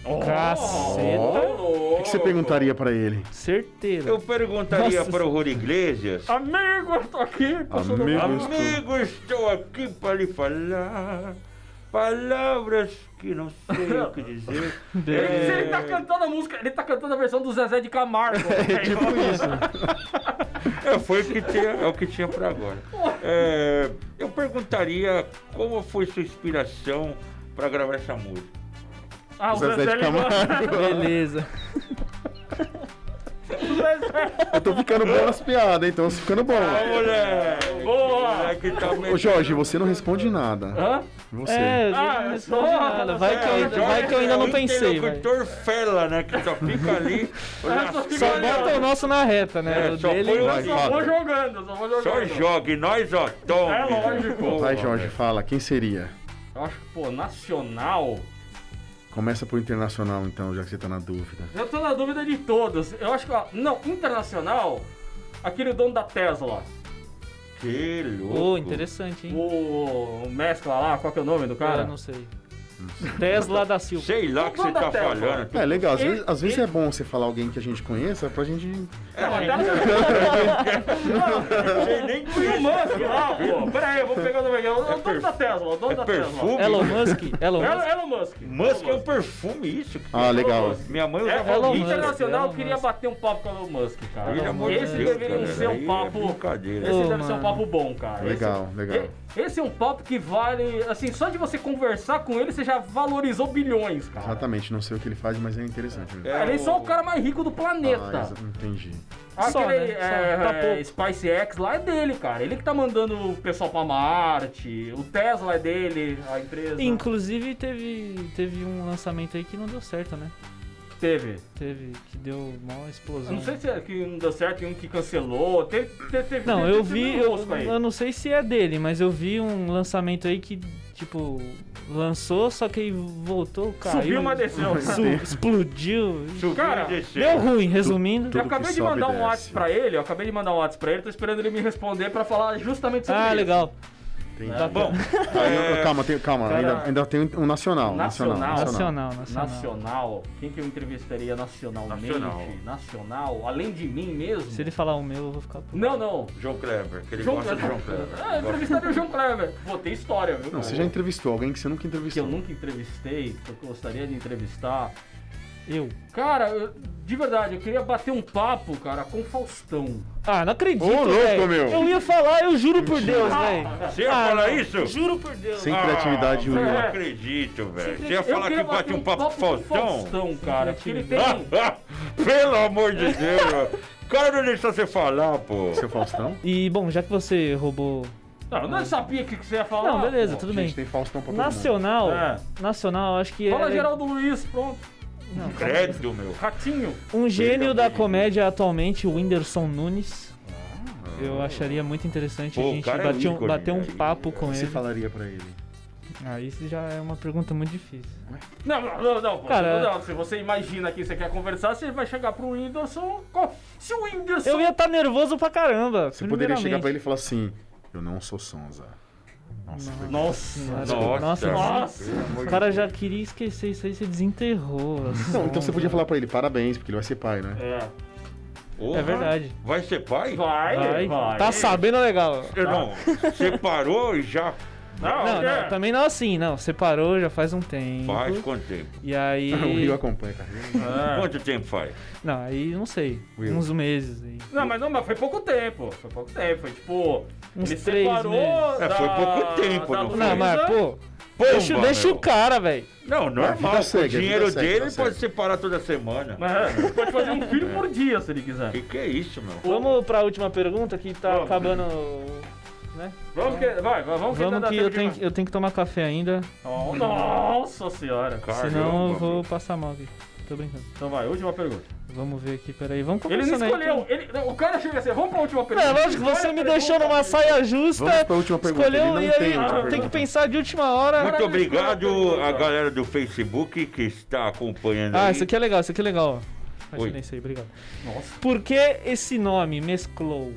[SPEAKER 2] Oh,
[SPEAKER 3] Caceta.
[SPEAKER 4] O que que você perguntaria pra ele?
[SPEAKER 3] Certeiro.
[SPEAKER 1] Eu perguntaria
[SPEAKER 3] Nossa Ah,
[SPEAKER 1] para o Rully Iglesias
[SPEAKER 2] Amigo, eu tô aqui. passando-
[SPEAKER 4] Amigo.
[SPEAKER 2] Ah,
[SPEAKER 1] Amigo, estou aqui para lhe falar palavras que não sei o que dizer.
[SPEAKER 2] Ele,
[SPEAKER 1] É.
[SPEAKER 2] ele tá cantando a música, ele tá cantando a versão do Zezé de Camargo. velho.
[SPEAKER 1] É, foi o que tinha, é o que tinha para agora. É, eu perguntaria como foi sua inspiração para gravar essa música.
[SPEAKER 2] ah, o Zezé,
[SPEAKER 4] Zezé de
[SPEAKER 2] ligou.
[SPEAKER 4] Camargo.
[SPEAKER 3] Beleza.
[SPEAKER 2] O Zezé.
[SPEAKER 4] Eu tô ficando bom nas piadas, então eu tô ficando bom.
[SPEAKER 1] Moleque,
[SPEAKER 2] Boa.
[SPEAKER 1] moleque tá
[SPEAKER 4] Ô Jorge, você não responde nada.
[SPEAKER 2] Hã?
[SPEAKER 4] Você.
[SPEAKER 3] É,
[SPEAKER 2] Ah,
[SPEAKER 3] não
[SPEAKER 2] eu
[SPEAKER 3] responde
[SPEAKER 2] sou-
[SPEAKER 3] nada. Vai,
[SPEAKER 1] um
[SPEAKER 3] que eu,
[SPEAKER 2] É,
[SPEAKER 3] ainda- vai que eu ainda não pensei.
[SPEAKER 1] O
[SPEAKER 3] vai.
[SPEAKER 1] interlocutor fela, né? Que só fica ali.
[SPEAKER 2] Eu só fico
[SPEAKER 3] Só
[SPEAKER 2] olhando.
[SPEAKER 3] bota o nosso na reta, né?
[SPEAKER 1] É,
[SPEAKER 3] o
[SPEAKER 1] só
[SPEAKER 3] dele.
[SPEAKER 1] põe o-
[SPEAKER 4] Vai,
[SPEAKER 2] Só vou
[SPEAKER 4] fala.
[SPEAKER 2] jogando, só vou jogando.
[SPEAKER 1] Só joga e nós, ó, tome.
[SPEAKER 2] É lógico.
[SPEAKER 4] Vai, Jorge, fala. Quem seria?
[SPEAKER 2] Eu acho que, pô, nacional.
[SPEAKER 4] Começa por internacional, então, já que você tá na dúvida.
[SPEAKER 2] Eu tô na dúvida de todos. Eu acho que, ó, não, internacional, aquele dono da Tesla.
[SPEAKER 1] Que louco.
[SPEAKER 3] Ô, interessante, hein?
[SPEAKER 2] O, o mescla lá, qual que é o nome do
[SPEAKER 3] Cara,
[SPEAKER 2] cara?
[SPEAKER 3] não sei. Tesla da Silva.
[SPEAKER 1] Sei
[SPEAKER 2] Então
[SPEAKER 1] lá o que você tá
[SPEAKER 2] Manda a tela.
[SPEAKER 1] falhando.
[SPEAKER 4] É legal, às,
[SPEAKER 2] Ele-
[SPEAKER 4] vezes, às vezes é bom você falar alguém que a gente conheça pra gente.
[SPEAKER 2] Não, É, mas Tesla-
[SPEAKER 1] Você nem
[SPEAKER 2] Foi o
[SPEAKER 1] conhece.
[SPEAKER 2] Musk lá, pô. Pera aí, eu vou pegar o nome aqui. É o dono
[SPEAKER 1] perf-
[SPEAKER 2] da Tesla, o dono da
[SPEAKER 1] É perfume?
[SPEAKER 3] Elon Musk? Elon
[SPEAKER 2] Tesla.
[SPEAKER 3] Musk.
[SPEAKER 2] Elon- Elon Musk.
[SPEAKER 1] Musk é
[SPEAKER 2] Elon
[SPEAKER 1] um perfume, isso?
[SPEAKER 4] Ah, legal.
[SPEAKER 2] Musk.
[SPEAKER 1] Minha mãe
[SPEAKER 2] É,
[SPEAKER 1] usava
[SPEAKER 3] Elon
[SPEAKER 1] isso.
[SPEAKER 3] Musk.
[SPEAKER 2] internacional, eu
[SPEAKER 3] Elon
[SPEAKER 2] queria
[SPEAKER 3] Musk.
[SPEAKER 2] bater um papo com o Elon Musk, cara.
[SPEAKER 1] Pelo amor de
[SPEAKER 2] Esse
[SPEAKER 1] Deus,
[SPEAKER 2] deveria
[SPEAKER 1] cara,
[SPEAKER 2] ser
[SPEAKER 1] aí
[SPEAKER 2] um
[SPEAKER 1] é
[SPEAKER 2] papo.
[SPEAKER 1] brincadeira.
[SPEAKER 2] Esse
[SPEAKER 3] Ô,
[SPEAKER 2] deve ser um
[SPEAKER 3] mano.
[SPEAKER 2] papo bom, cara. Esse-
[SPEAKER 4] Legal, legal.
[SPEAKER 2] e- Esse é um papo que vale. Assim, só de você conversar com ele, você já valorizou bilhões, cara.
[SPEAKER 1] tá
[SPEAKER 4] Exatamente, não sei o que ele faz, mas é interessante. mesmo.
[SPEAKER 1] É,
[SPEAKER 2] Ele é só
[SPEAKER 1] o-
[SPEAKER 2] o cara mais rico do
[SPEAKER 4] Ah,
[SPEAKER 2] planeta.
[SPEAKER 4] exa- entendi.
[SPEAKER 2] Aquele
[SPEAKER 3] Só, né? Só.
[SPEAKER 2] é,
[SPEAKER 3] Tá pouco.
[SPEAKER 2] SpaceX lá é dele, cara. Ele que tá mandando o pessoal pra Marte. O Tesla é dele, a empresa.
[SPEAKER 3] Inclusive, teve, teve um lançamento aí que não deu certo, né?
[SPEAKER 2] Teve.
[SPEAKER 3] Teve, que deu uma
[SPEAKER 2] Eu
[SPEAKER 3] explosão.
[SPEAKER 2] não sei se é que um deu certo e um que cancelou. Teve, teve, teve,
[SPEAKER 3] Não,
[SPEAKER 2] teve-
[SPEAKER 3] eu
[SPEAKER 2] teve
[SPEAKER 3] vi,
[SPEAKER 2] um
[SPEAKER 3] eu,
[SPEAKER 2] rosco aí.
[SPEAKER 3] eu não sei se é dele, mas eu vi um lançamento aí que, tipo, Lançou, só que aí voltou, caiu.
[SPEAKER 2] Subiu, mas desceu.
[SPEAKER 3] su- explodiu.
[SPEAKER 1] Subiu
[SPEAKER 2] Cara,
[SPEAKER 1] e desceu.
[SPEAKER 3] Deu ruim, resumindo.
[SPEAKER 4] tudo
[SPEAKER 2] eu acabei
[SPEAKER 4] que
[SPEAKER 2] de
[SPEAKER 4] sobe,
[SPEAKER 2] mandar um
[SPEAKER 4] desce.
[SPEAKER 2] WhatsApp pra ele, eu acabei de mandar um WhatsApp pra ele, tô esperando ele me responder pra falar justamente sobre
[SPEAKER 3] Ah,
[SPEAKER 2] isso.
[SPEAKER 3] legal.
[SPEAKER 4] Tem-
[SPEAKER 1] Bom,
[SPEAKER 4] Ah,
[SPEAKER 1] é,
[SPEAKER 4] Calma, tem- calma
[SPEAKER 2] Cara-
[SPEAKER 4] ainda, ainda tem um nacional. Nacional.
[SPEAKER 2] Nacional.
[SPEAKER 3] Nacional, nacional.
[SPEAKER 2] Nacional. Quem que eu entrevistaria nacionalmente?
[SPEAKER 1] Nacional.
[SPEAKER 2] Nacional. Além de mim mesmo?
[SPEAKER 3] Se ele falar o meu, eu vou ficar puto.
[SPEAKER 2] Não, não.
[SPEAKER 1] João Kleber, que ele
[SPEAKER 2] João
[SPEAKER 1] gosta de João
[SPEAKER 2] Kleber.
[SPEAKER 1] Kleber.
[SPEAKER 2] Ah, eu entrevistaria o João Kleber. Vou ter história, viu?
[SPEAKER 4] Não,
[SPEAKER 2] cara?
[SPEAKER 4] você já entrevistou alguém que você nunca
[SPEAKER 2] Que eu
[SPEAKER 4] entrevistou.
[SPEAKER 2] nunca entrevistei, que eu gostaria de entrevistar.
[SPEAKER 3] Eu.
[SPEAKER 2] Cara, eu- de verdade, eu queria bater um papo, cara, com o Faustão.
[SPEAKER 3] Ah, não acredito,
[SPEAKER 4] Ô, louco,
[SPEAKER 3] velho.
[SPEAKER 4] meu.
[SPEAKER 3] Eu ia falar, eu juro por Deus, velho.
[SPEAKER 1] Você ia
[SPEAKER 3] Ah,
[SPEAKER 1] falar
[SPEAKER 3] não.
[SPEAKER 1] isso?
[SPEAKER 3] Juro por Deus.
[SPEAKER 4] Sem criatividade,
[SPEAKER 1] Ah,
[SPEAKER 4] Will.
[SPEAKER 1] Não acredito, velho. Você ia
[SPEAKER 2] Eu
[SPEAKER 1] falar que
[SPEAKER 2] queria
[SPEAKER 1] bate um papo com o
[SPEAKER 2] Com o
[SPEAKER 1] Faustão?
[SPEAKER 2] Faustão, cara, que ele tem...
[SPEAKER 1] Ah, ah, Pelo amor de Deus, o cara não deixa você falar, pô.
[SPEAKER 4] Seu Faustão?
[SPEAKER 3] E, bom, já que você roubou...
[SPEAKER 2] Não, eu não sabia o que que você ia falar.
[SPEAKER 3] Não, beleza,
[SPEAKER 2] pô.
[SPEAKER 3] tudo
[SPEAKER 4] Gente,
[SPEAKER 3] bem.
[SPEAKER 4] tem um Faustão pra todo
[SPEAKER 3] Nacional,
[SPEAKER 2] É.
[SPEAKER 3] nacional, acho que
[SPEAKER 2] Fala
[SPEAKER 3] é
[SPEAKER 2] Geraldo Luiz, pronto.
[SPEAKER 1] Credo,
[SPEAKER 4] É
[SPEAKER 1] meu.
[SPEAKER 2] Ratinho.
[SPEAKER 3] um gênio da comédia atualmente, o Whindersson Nunes. Eu acharia muito interessante
[SPEAKER 1] Pô,
[SPEAKER 3] a
[SPEAKER 1] o
[SPEAKER 3] gente
[SPEAKER 1] cara é
[SPEAKER 3] bater, um,
[SPEAKER 1] ícone,
[SPEAKER 3] bater um
[SPEAKER 1] aí,
[SPEAKER 3] papo com
[SPEAKER 4] mundo. Você
[SPEAKER 3] ele.
[SPEAKER 4] falaria pra ele.
[SPEAKER 3] Ah, isso já é uma pergunta muito difícil.
[SPEAKER 2] Não, não, não, não, pô.
[SPEAKER 3] Cara,
[SPEAKER 2] não, se você imagina que você quer conversar, você vai chegar pro Whindersson. co- Se o Whindersson.
[SPEAKER 3] Eu ia estar nervoso pra caramba.
[SPEAKER 4] Você poderia
[SPEAKER 3] primeiramente.
[SPEAKER 4] chegar pra ele e falar assim: Eu não sou Sonza. Nossa, foi-
[SPEAKER 2] Nossa,
[SPEAKER 3] Nossa,
[SPEAKER 1] Nossa.
[SPEAKER 2] nossa.
[SPEAKER 3] O cara já queria esquecer isso aí, você desenterrou. assim.
[SPEAKER 4] Não, então você podia falar pra ele: Parabéns, porque ele vai ser pai, né?
[SPEAKER 2] É.
[SPEAKER 1] Porra,
[SPEAKER 3] É verdade.
[SPEAKER 1] Vai ser pai?
[SPEAKER 2] Vai, vai.
[SPEAKER 3] Vai, tá sabendo legal.
[SPEAKER 1] Eu não. Separou já
[SPEAKER 2] Não,
[SPEAKER 3] Não,
[SPEAKER 2] é.
[SPEAKER 3] não, também não assim, não. Separou já faz um
[SPEAKER 4] Uhum.
[SPEAKER 3] tempo.
[SPEAKER 1] faz quanto tempo?
[SPEAKER 3] E aí.
[SPEAKER 4] O Will acompanha, cara.
[SPEAKER 2] É.
[SPEAKER 1] Quanto tempo faz?
[SPEAKER 3] Não, aí não sei.
[SPEAKER 4] Will.
[SPEAKER 3] Uns meses aí.
[SPEAKER 2] Não, mas não, mas foi pouco tempo. Foi pouco tempo. Foi tipo.
[SPEAKER 3] Uns
[SPEAKER 2] ele
[SPEAKER 3] três
[SPEAKER 2] separou.
[SPEAKER 3] meses.
[SPEAKER 1] É,
[SPEAKER 2] da-
[SPEAKER 1] foi pouco tempo,
[SPEAKER 2] da
[SPEAKER 1] não foi?
[SPEAKER 2] Luísa.
[SPEAKER 3] Não, mas, pô.
[SPEAKER 1] Pomba,
[SPEAKER 3] deixa deixa
[SPEAKER 1] meu.
[SPEAKER 3] o cara, velho.
[SPEAKER 1] Não, normal.
[SPEAKER 4] vida
[SPEAKER 1] com o
[SPEAKER 4] segue, a
[SPEAKER 1] dinheiro
[SPEAKER 4] vida segue,
[SPEAKER 1] dele
[SPEAKER 4] tá certo.
[SPEAKER 1] pode separar toda semana.
[SPEAKER 2] Mas pode fazer um filho por dia se ele quiser.
[SPEAKER 1] Que que é isso, meu?
[SPEAKER 3] Vamos pra última pergunta que tá
[SPEAKER 2] Vamos.
[SPEAKER 3] acabando. Né?
[SPEAKER 2] Vamos que. Vai, vai, vamos,
[SPEAKER 3] Vamos
[SPEAKER 2] dá
[SPEAKER 3] que
[SPEAKER 2] tempo
[SPEAKER 3] eu
[SPEAKER 2] de
[SPEAKER 3] tenho,
[SPEAKER 2] mais.
[SPEAKER 3] eu tenho que tomar café ainda,
[SPEAKER 2] Oh, nossa senhora.
[SPEAKER 4] Ah,
[SPEAKER 1] Caramba,
[SPEAKER 4] um
[SPEAKER 3] senão eu vou
[SPEAKER 1] meu.
[SPEAKER 3] passar mal aqui. Tô brincando.
[SPEAKER 2] Então vai, última pergunta.
[SPEAKER 3] Vamos ver aqui, peraí. Vamos
[SPEAKER 2] Ele
[SPEAKER 3] começar
[SPEAKER 2] não escolheu. Ele, não, o cara chega assim, vamos pra última pergunta.
[SPEAKER 3] então. É lógico, você
[SPEAKER 2] Olha
[SPEAKER 3] me
[SPEAKER 2] a
[SPEAKER 3] deixou
[SPEAKER 2] pergunta.
[SPEAKER 3] numa saia justa.
[SPEAKER 4] Vamos pra última pergunta.
[SPEAKER 3] Escolheu
[SPEAKER 4] ele
[SPEAKER 3] e
[SPEAKER 4] não
[SPEAKER 3] aí
[SPEAKER 4] tem outra
[SPEAKER 3] tem que
[SPEAKER 4] pergunta.
[SPEAKER 3] pensar de última hora.
[SPEAKER 1] Muito
[SPEAKER 2] Caralho,
[SPEAKER 1] obrigado
[SPEAKER 2] cara,
[SPEAKER 1] a
[SPEAKER 2] cara.
[SPEAKER 1] galera do Facebook que está acompanhando
[SPEAKER 3] Ah,
[SPEAKER 1] aí.
[SPEAKER 3] isso aqui é legal, isso aqui é legal. ó.
[SPEAKER 1] Oi.
[SPEAKER 3] Imagina isso aí, obrigado.
[SPEAKER 2] Nossa.
[SPEAKER 3] Por que esse nome mesclou?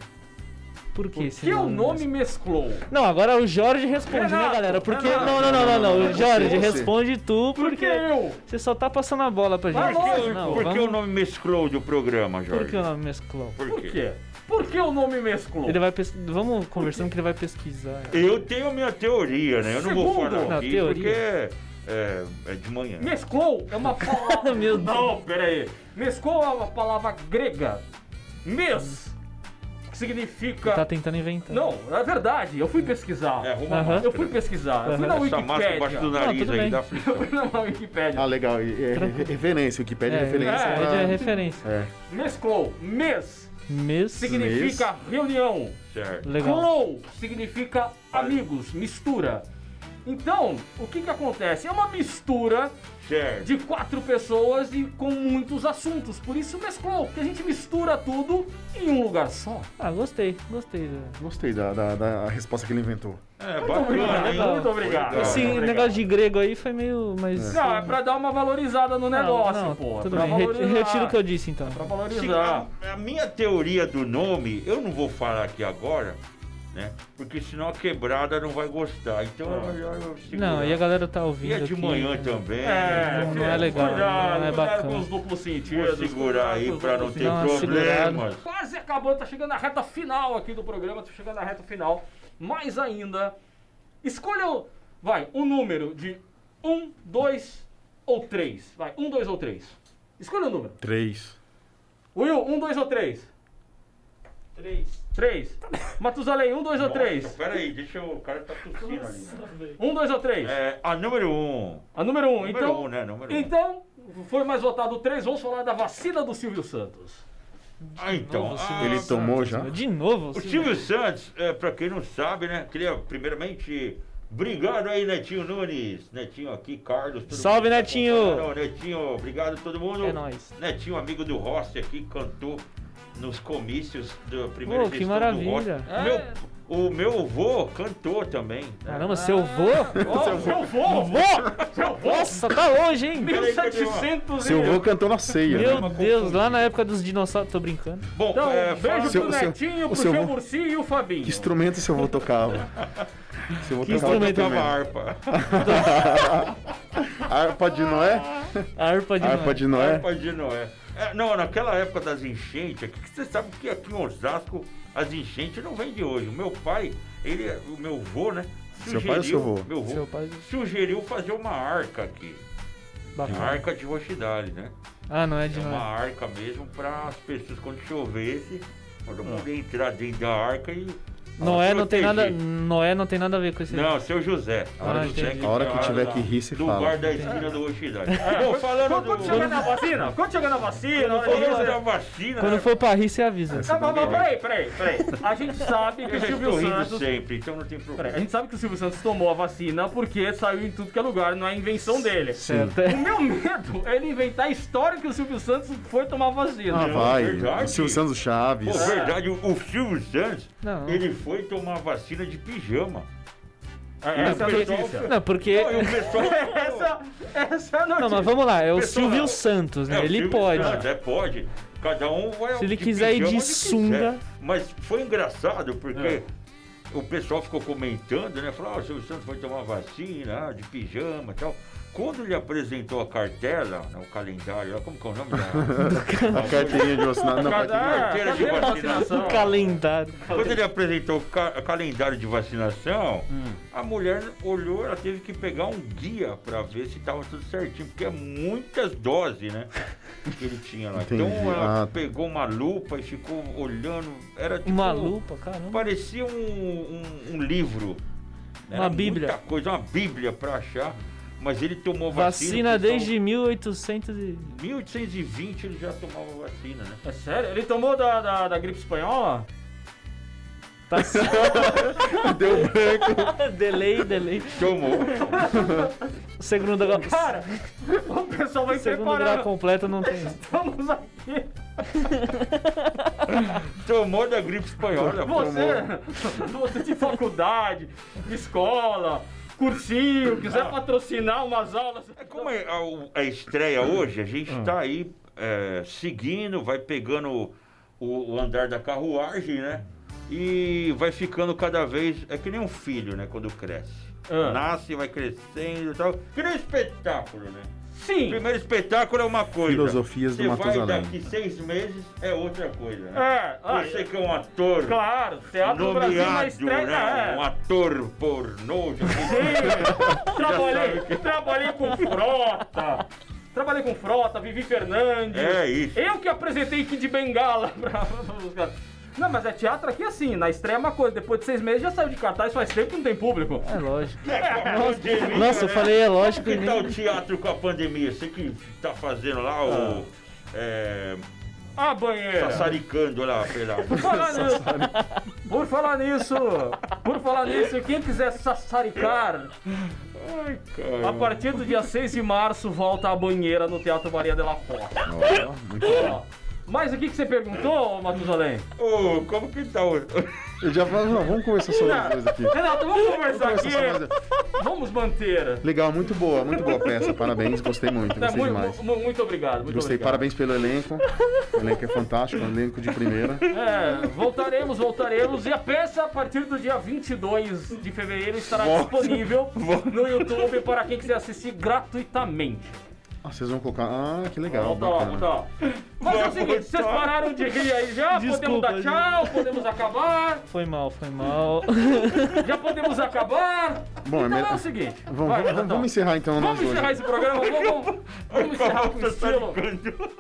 [SPEAKER 3] Por que
[SPEAKER 2] Por
[SPEAKER 3] esse
[SPEAKER 2] que o nome
[SPEAKER 3] mesclou?
[SPEAKER 2] mesclou?
[SPEAKER 3] Não, agora o Jorge responde, né,
[SPEAKER 2] Renato,
[SPEAKER 3] galera? Porque.
[SPEAKER 2] Renato.
[SPEAKER 3] Não, não, não, não, não.
[SPEAKER 4] Não,
[SPEAKER 3] O Jorge,
[SPEAKER 4] você.
[SPEAKER 3] responde tu,
[SPEAKER 2] Por que
[SPEAKER 3] porque.
[SPEAKER 2] eu?
[SPEAKER 3] Você só tá passando a bola pra
[SPEAKER 2] Mas
[SPEAKER 3] gente.
[SPEAKER 1] Por
[SPEAKER 2] lógico,
[SPEAKER 1] que-
[SPEAKER 3] Não,
[SPEAKER 1] Por que
[SPEAKER 3] vamos-
[SPEAKER 1] o nome mesclou do programa, Jorge?
[SPEAKER 3] Por que o nome mesclou?
[SPEAKER 2] Por quê? Por que o nome mesclou?
[SPEAKER 3] Ele vai pes... Vamos conversando que ele vai pesquisar.
[SPEAKER 1] Eu tenho minha teoria, né? Eu não vou
[SPEAKER 2] Segundo.
[SPEAKER 1] falar
[SPEAKER 3] Não,
[SPEAKER 1] aqui
[SPEAKER 3] teoria.
[SPEAKER 1] porque é, é de manhã.
[SPEAKER 2] Mesclou é uma palavra...
[SPEAKER 3] Meu Deus.
[SPEAKER 2] Não, peraí. Mesclou é uma palavra grega. Mes. Que significa...
[SPEAKER 3] Tá tentando inventar.
[SPEAKER 2] Não, é verdade. Eu fui pesquisar.
[SPEAKER 1] É, arruma
[SPEAKER 3] Aham.
[SPEAKER 2] Eu fui pesquisar. Eu fui na
[SPEAKER 1] Essa máscara embaixo do
[SPEAKER 2] Wikipédia.
[SPEAKER 1] nariz
[SPEAKER 3] tudo
[SPEAKER 1] aí
[SPEAKER 3] bem.
[SPEAKER 1] da
[SPEAKER 2] Eu
[SPEAKER 1] aflição.
[SPEAKER 2] fui na Wikipédia.
[SPEAKER 4] Ah, legal. E- É,
[SPEAKER 3] Tranquilo.
[SPEAKER 4] referência, o que pede
[SPEAKER 3] É,
[SPEAKER 4] referência.
[SPEAKER 3] é,
[SPEAKER 4] pra-
[SPEAKER 3] é de referência.
[SPEAKER 4] É.
[SPEAKER 2] Mesclou. Mes.
[SPEAKER 3] Mes...
[SPEAKER 2] Significa reunião.
[SPEAKER 1] Certo.
[SPEAKER 3] Legal.
[SPEAKER 2] Clou significa amigos, mistura. Então, o que que acontece? É uma mistura
[SPEAKER 1] Certo.
[SPEAKER 2] de quatro pessoas e com muitos assuntos. Por isso mesclou, porque a gente mistura tudo em um lugar só.
[SPEAKER 3] Ah, gostei, gostei. Zé.
[SPEAKER 4] Gostei da, da, da resposta que ele inventou.
[SPEAKER 1] É,
[SPEAKER 2] Muito
[SPEAKER 1] bacana,
[SPEAKER 2] obrigado,
[SPEAKER 1] hein?
[SPEAKER 2] muito obrigado.
[SPEAKER 1] Ah, Legal.
[SPEAKER 3] Esse
[SPEAKER 2] Muito obrigado.
[SPEAKER 3] negócio de grego aí foi meio. Mas.
[SPEAKER 2] Não, é pra dar uma valorizada no negócio,
[SPEAKER 3] não,
[SPEAKER 2] pô. é
[SPEAKER 3] Tudo
[SPEAKER 2] pra
[SPEAKER 3] bem, re-
[SPEAKER 2] valorizar. É
[SPEAKER 3] retiro o que eu disse então.
[SPEAKER 2] Pra
[SPEAKER 1] Sim,
[SPEAKER 2] valorizar.
[SPEAKER 1] a, a minha teoria do nome, eu não vou falar aqui agora, né? Porque senão a quebrada não vai gostar. Então é melhor eu segurar.
[SPEAKER 3] Ah. Não, e a galera tá
[SPEAKER 1] E
[SPEAKER 3] ouvindo.
[SPEAKER 1] é de
[SPEAKER 3] aqui,
[SPEAKER 1] manhã
[SPEAKER 3] né?
[SPEAKER 1] também.
[SPEAKER 2] É,
[SPEAKER 1] né?
[SPEAKER 3] não é legal,
[SPEAKER 2] Cuidado,
[SPEAKER 3] não é
[SPEAKER 2] cuidado
[SPEAKER 3] bacana.
[SPEAKER 2] com os duplos sentidos.
[SPEAKER 1] Vou segurar aí
[SPEAKER 2] cuidado com os
[SPEAKER 1] pra não
[SPEAKER 2] duplos
[SPEAKER 1] ter
[SPEAKER 3] Dá uma
[SPEAKER 1] problemas.
[SPEAKER 2] Quase acabando, tá chegando na reta final aqui do programa, tá chegando na reta final. Mais ainda, escolha, o- vai, um número de 1, 2 ou 3. Vai, 1, 2 ou 3. Escolha o número.
[SPEAKER 4] Três.
[SPEAKER 2] Will, 1, 2 ou 3?
[SPEAKER 3] 3.
[SPEAKER 2] 3. Matusalém, 1, 2 ou 3?
[SPEAKER 1] então, Peraí, deixa eu. O cara tá tossindo ali. né?
[SPEAKER 2] 1, 2 Um, ou 3?
[SPEAKER 1] É, a número um.
[SPEAKER 2] A número 1.
[SPEAKER 1] Número
[SPEAKER 2] então,
[SPEAKER 1] um, né? Número um.
[SPEAKER 2] então, foi mais votado 3. Vamos falar da vacina do Silvio Santos.
[SPEAKER 1] Ah, então. ah,
[SPEAKER 4] Ele tomou já?
[SPEAKER 3] De novo?
[SPEAKER 1] O
[SPEAKER 3] Silvio?
[SPEAKER 1] Silvio Santos, é, para quem não sabe, né? Queria primeiramente. Obrigado aí, Netinho Nunes. Netinho aqui, Carlos. todo
[SPEAKER 3] Salve,
[SPEAKER 1] mundo que tá
[SPEAKER 3] Netinho!
[SPEAKER 1] acompanhando. Netinho, obrigado a todo mundo.
[SPEAKER 3] É nóis.
[SPEAKER 1] Netinho, amigo do Rossi aqui, cantou nos comícios do primeiro
[SPEAKER 3] Pô, que
[SPEAKER 1] gestão do
[SPEAKER 3] maravilha.
[SPEAKER 1] rock.
[SPEAKER 2] É.
[SPEAKER 1] Meu- o meu avô cantou também. né?
[SPEAKER 3] Caramba, seu vô?
[SPEAKER 2] Ó, seu vô!
[SPEAKER 3] Vô!
[SPEAKER 2] Seu vô!
[SPEAKER 3] Nossa, tá longe, hein?
[SPEAKER 1] Peraí que eu dei uma-
[SPEAKER 2] 1700
[SPEAKER 4] Seu avô
[SPEAKER 2] e...
[SPEAKER 4] cantou na ceia, né?
[SPEAKER 3] Meu
[SPEAKER 1] uma
[SPEAKER 3] Deus,
[SPEAKER 1] confundida.
[SPEAKER 3] lá na época dos dinossauros, tô brincando.
[SPEAKER 1] Bom,
[SPEAKER 2] Então,
[SPEAKER 1] é,
[SPEAKER 2] um
[SPEAKER 1] fala-
[SPEAKER 2] beijo
[SPEAKER 4] Seu-
[SPEAKER 2] pro
[SPEAKER 4] seu-
[SPEAKER 2] Netinho,
[SPEAKER 4] o
[SPEAKER 2] pro
[SPEAKER 4] seu
[SPEAKER 2] seu
[SPEAKER 4] vô-
[SPEAKER 2] Murcinho e o Fabinho.
[SPEAKER 4] Que instrumento seu avô tocava? Seu avô
[SPEAKER 3] Que
[SPEAKER 4] tocava
[SPEAKER 3] instrumento?
[SPEAKER 1] tocava
[SPEAKER 4] também.
[SPEAKER 1] harpa.
[SPEAKER 4] Harpa de Noé?
[SPEAKER 3] Harpa de
[SPEAKER 4] Harpa de Noé?
[SPEAKER 1] Harpa de Noé. É, não, naquela época das enchentes, aqui, que você sabe que aqui em Osasco as enchentes não vêm de hoje. O meu pai, ele, o meu vô, né?
[SPEAKER 4] Seu pai ou seu vô?
[SPEAKER 1] Meu vô
[SPEAKER 3] Seu pai-
[SPEAKER 1] sugeriu fazer uma arca aqui. Uma
[SPEAKER 3] Bacana.
[SPEAKER 1] arca de roxidale, né?
[SPEAKER 3] Ah, não é de
[SPEAKER 1] É uma
[SPEAKER 3] Noé.
[SPEAKER 1] arca mesmo para as pessoas quando chovesse, todo
[SPEAKER 4] Ah.
[SPEAKER 1] mundo ia entrar dentro da arca e.
[SPEAKER 3] Noé não tem nada.
[SPEAKER 1] proteger.
[SPEAKER 3] Noé não tem nada a ver com esse.
[SPEAKER 1] Não, seu José. A hora,
[SPEAKER 3] Ah,
[SPEAKER 1] do Zé
[SPEAKER 3] entendi.
[SPEAKER 4] A hora que
[SPEAKER 1] fala
[SPEAKER 4] tiver
[SPEAKER 1] da-
[SPEAKER 4] que rir, se
[SPEAKER 1] Do
[SPEAKER 4] fala.
[SPEAKER 1] bar da esquina do Roxidade.
[SPEAKER 3] É.
[SPEAKER 1] Bom,
[SPEAKER 2] Quando,
[SPEAKER 1] falando
[SPEAKER 2] quando
[SPEAKER 1] do.
[SPEAKER 2] chegar na vacina, quando chegar na vacina, olha
[SPEAKER 1] Falando
[SPEAKER 2] isso,
[SPEAKER 1] da
[SPEAKER 2] é-
[SPEAKER 1] vacina.
[SPEAKER 3] Quando
[SPEAKER 1] né?
[SPEAKER 3] for pra rir, você avisa.
[SPEAKER 4] é
[SPEAKER 2] Não, mas- mas Tá peraí, peraí, peraí. A gente sabe que
[SPEAKER 1] Eu
[SPEAKER 2] o
[SPEAKER 1] já
[SPEAKER 2] Silvio
[SPEAKER 1] estou rindo
[SPEAKER 2] Santos.
[SPEAKER 1] sempre, então não tem
[SPEAKER 2] Peraí, a
[SPEAKER 1] problema.
[SPEAKER 2] gente sabe que o Silvio Santos tomou a vacina porque saiu em tudo que é lugar, não é invenção dele.
[SPEAKER 3] Certo.
[SPEAKER 2] O
[SPEAKER 3] é.
[SPEAKER 2] meu medo é ele inventar a história que o Silvio Santos foi tomar vacina.
[SPEAKER 4] Ah,
[SPEAKER 1] Não,
[SPEAKER 4] vai.
[SPEAKER 1] verdade.
[SPEAKER 4] O Silvio Santos Chaves.
[SPEAKER 1] Pô, verdade, o o Silvio Santos,
[SPEAKER 3] Não.
[SPEAKER 1] ele foi tomar vacina de pijama.
[SPEAKER 2] Essa é a
[SPEAKER 1] o pessoal-
[SPEAKER 2] notícia.
[SPEAKER 3] Não, porque.
[SPEAKER 1] Não, e o pessoal.
[SPEAKER 2] Essa, essa é a notícia.
[SPEAKER 3] Não, mas vamos lá, é o
[SPEAKER 1] Pessoal,
[SPEAKER 3] Silvio Santos,
[SPEAKER 1] É,
[SPEAKER 3] né?
[SPEAKER 1] o
[SPEAKER 3] Ele
[SPEAKER 1] Silvio
[SPEAKER 3] pode.
[SPEAKER 1] Santos, é, pode. Cada um vai
[SPEAKER 3] Se ele
[SPEAKER 1] de
[SPEAKER 3] quiser ir
[SPEAKER 1] pijama
[SPEAKER 3] de
[SPEAKER 1] onde
[SPEAKER 3] sunga.
[SPEAKER 1] quiser. Mas foi engraçado porque
[SPEAKER 2] É.
[SPEAKER 1] o pessoal ficou comentando, né? Falou, ah, o Silvio Santos foi tomar vacina, ah, de pijama e tal. Quando ele apresentou a cartela, né, o calendário, lá, como que é o nome da...
[SPEAKER 4] A carteirinha de vacinado. Não,
[SPEAKER 2] Cadê-
[SPEAKER 4] carteirinha.
[SPEAKER 1] carteira de
[SPEAKER 2] cadê a
[SPEAKER 1] vacinação?
[SPEAKER 3] O calendário.
[SPEAKER 1] Quando ele apresentou o ca- calendário de vacinação,
[SPEAKER 4] Hum.
[SPEAKER 1] a mulher olhou, ela teve que pegar um guia pra ver se tava tudo certinho, porque é muitas doses, né? Que ele tinha lá.
[SPEAKER 4] Entendi.
[SPEAKER 1] Então ela
[SPEAKER 4] Ah.
[SPEAKER 1] pegou uma lupa e ficou olhando. Era tipo.
[SPEAKER 3] Uma lupa, caramba.
[SPEAKER 1] Parecia um, um- um livro.
[SPEAKER 3] Uma
[SPEAKER 1] Era
[SPEAKER 3] bíblia.
[SPEAKER 1] Muita coisa, uma bíblia pra achar. Mas ele tomou vacina.
[SPEAKER 3] Vacina
[SPEAKER 1] pessoal,
[SPEAKER 3] desde 1800 e...
[SPEAKER 1] 1820 ele já tomava vacina, né?
[SPEAKER 2] É sério? Ele tomou da, da, da gripe espanhola?
[SPEAKER 3] Tá certo.
[SPEAKER 4] Deu branco.
[SPEAKER 3] delay, delay.
[SPEAKER 1] Tomou.
[SPEAKER 3] Segundo grau...
[SPEAKER 2] Cara, o pessoal vai
[SPEAKER 3] Segundo grau
[SPEAKER 2] preparar.
[SPEAKER 3] completo não tem.
[SPEAKER 2] Estamos aqui.
[SPEAKER 1] tomou da gripe espanhola. pô.
[SPEAKER 2] Você, você de faculdade, escola, cursinho,
[SPEAKER 3] Ah.
[SPEAKER 2] quiser patrocinar umas aulas.
[SPEAKER 1] Como é a, o- a estreia
[SPEAKER 2] Hum.
[SPEAKER 1] hoje, a gente está aí é, seguindo, vai pegando o, o- o andar da carruagem, né? E vai ficando cada vez. É que nem um filho, né? Quando cresce.
[SPEAKER 2] Ah.
[SPEAKER 1] Nasce, vai crescendo e tal. Que nem um espetáculo, né? O
[SPEAKER 2] Sim.
[SPEAKER 1] primeiro espetáculo é uma coisa.
[SPEAKER 4] Filosofias do
[SPEAKER 1] Você vai
[SPEAKER 4] Matusalém.
[SPEAKER 1] daqui seis meses, é outra coisa, né?
[SPEAKER 2] É, ah,
[SPEAKER 1] Você que é um ator.
[SPEAKER 2] claro, Teatro do Brasil na
[SPEAKER 1] Nomeado,
[SPEAKER 2] estreia.
[SPEAKER 1] né?
[SPEAKER 2] é.
[SPEAKER 1] Um ator pornô. já fez
[SPEAKER 2] Sim, trabalhei,
[SPEAKER 1] é.
[SPEAKER 2] trabalhei com frota. Trabalhei com frota, Vivi Fernandes.
[SPEAKER 1] É isso.
[SPEAKER 2] Eu que apresentei Kid Bengala pra os caras. Não, mas é teatro aqui assim, na estreia é uma coisa, depois de seis meses já saiu de cartaz, faz tempo que não tem público.
[SPEAKER 3] É lógico.
[SPEAKER 1] Nossa,
[SPEAKER 3] Nossa, eu falei, é lógico.
[SPEAKER 1] Que
[SPEAKER 3] e
[SPEAKER 1] tal o
[SPEAKER 3] Nem...
[SPEAKER 1] teatro com a pandemia? Você que tá fazendo lá o. É,
[SPEAKER 2] Ah, banheira.
[SPEAKER 1] sassaricando lá pela.
[SPEAKER 2] Por falar nisso, por falar nisso, por falar nisso, quem quiser sassaricar,
[SPEAKER 1] Ai,
[SPEAKER 2] a
[SPEAKER 1] cara.
[SPEAKER 2] partir do dia 6 de março volta a banheira no Teatro Maria de la Porta.
[SPEAKER 4] Ó, muito bom.
[SPEAKER 2] Mas o que, que você perguntou, Matusalém?
[SPEAKER 1] Ô, como que tá o.
[SPEAKER 4] Eu já falei, não, vamos conversar sobre outra coisa aqui.
[SPEAKER 2] Renato, vamos conversar
[SPEAKER 4] Vamos conversar sobre
[SPEAKER 2] aqui.
[SPEAKER 4] outra-
[SPEAKER 2] Vamos manter.
[SPEAKER 4] Legal, muito boa, muito boa peça. Parabéns, gostei muito,
[SPEAKER 2] Tá,
[SPEAKER 4] gostei
[SPEAKER 2] muito,
[SPEAKER 4] demais.
[SPEAKER 2] mu- muito obrigado. Muito
[SPEAKER 4] Gostei,
[SPEAKER 2] obrigado.
[SPEAKER 4] parabéns pelo elenco. O elenco é fantástico, um elenco de primeira.
[SPEAKER 2] É, voltaremos, voltaremos. E a peça, a partir do dia 22 de fevereiro, estará
[SPEAKER 4] Volta.
[SPEAKER 2] disponível no YouTube para quem quiser assistir gratuitamente.
[SPEAKER 4] Ah, vocês vão colocar. Ah, que legal.
[SPEAKER 2] Volta lá,
[SPEAKER 4] bacana.
[SPEAKER 2] volta lá. Mas é o seguinte, vocês pararam de rir aí já? podemos
[SPEAKER 3] Desculpa,
[SPEAKER 2] dar tchau, podemos acabar,
[SPEAKER 3] Foi mal, foi mal.
[SPEAKER 2] já podemos acabar.
[SPEAKER 4] Bom, é
[SPEAKER 2] então é,
[SPEAKER 4] melhor-
[SPEAKER 2] o seguinte.
[SPEAKER 4] Vamos,
[SPEAKER 2] vai,
[SPEAKER 4] vamos-
[SPEAKER 2] Renatão.
[SPEAKER 4] vamos encerrar então o
[SPEAKER 2] Vamos
[SPEAKER 4] nosso hoje.
[SPEAKER 2] encerrar esse programa, vamos, vamos, vamos encerrar com estilo.
[SPEAKER 1] sassaricando.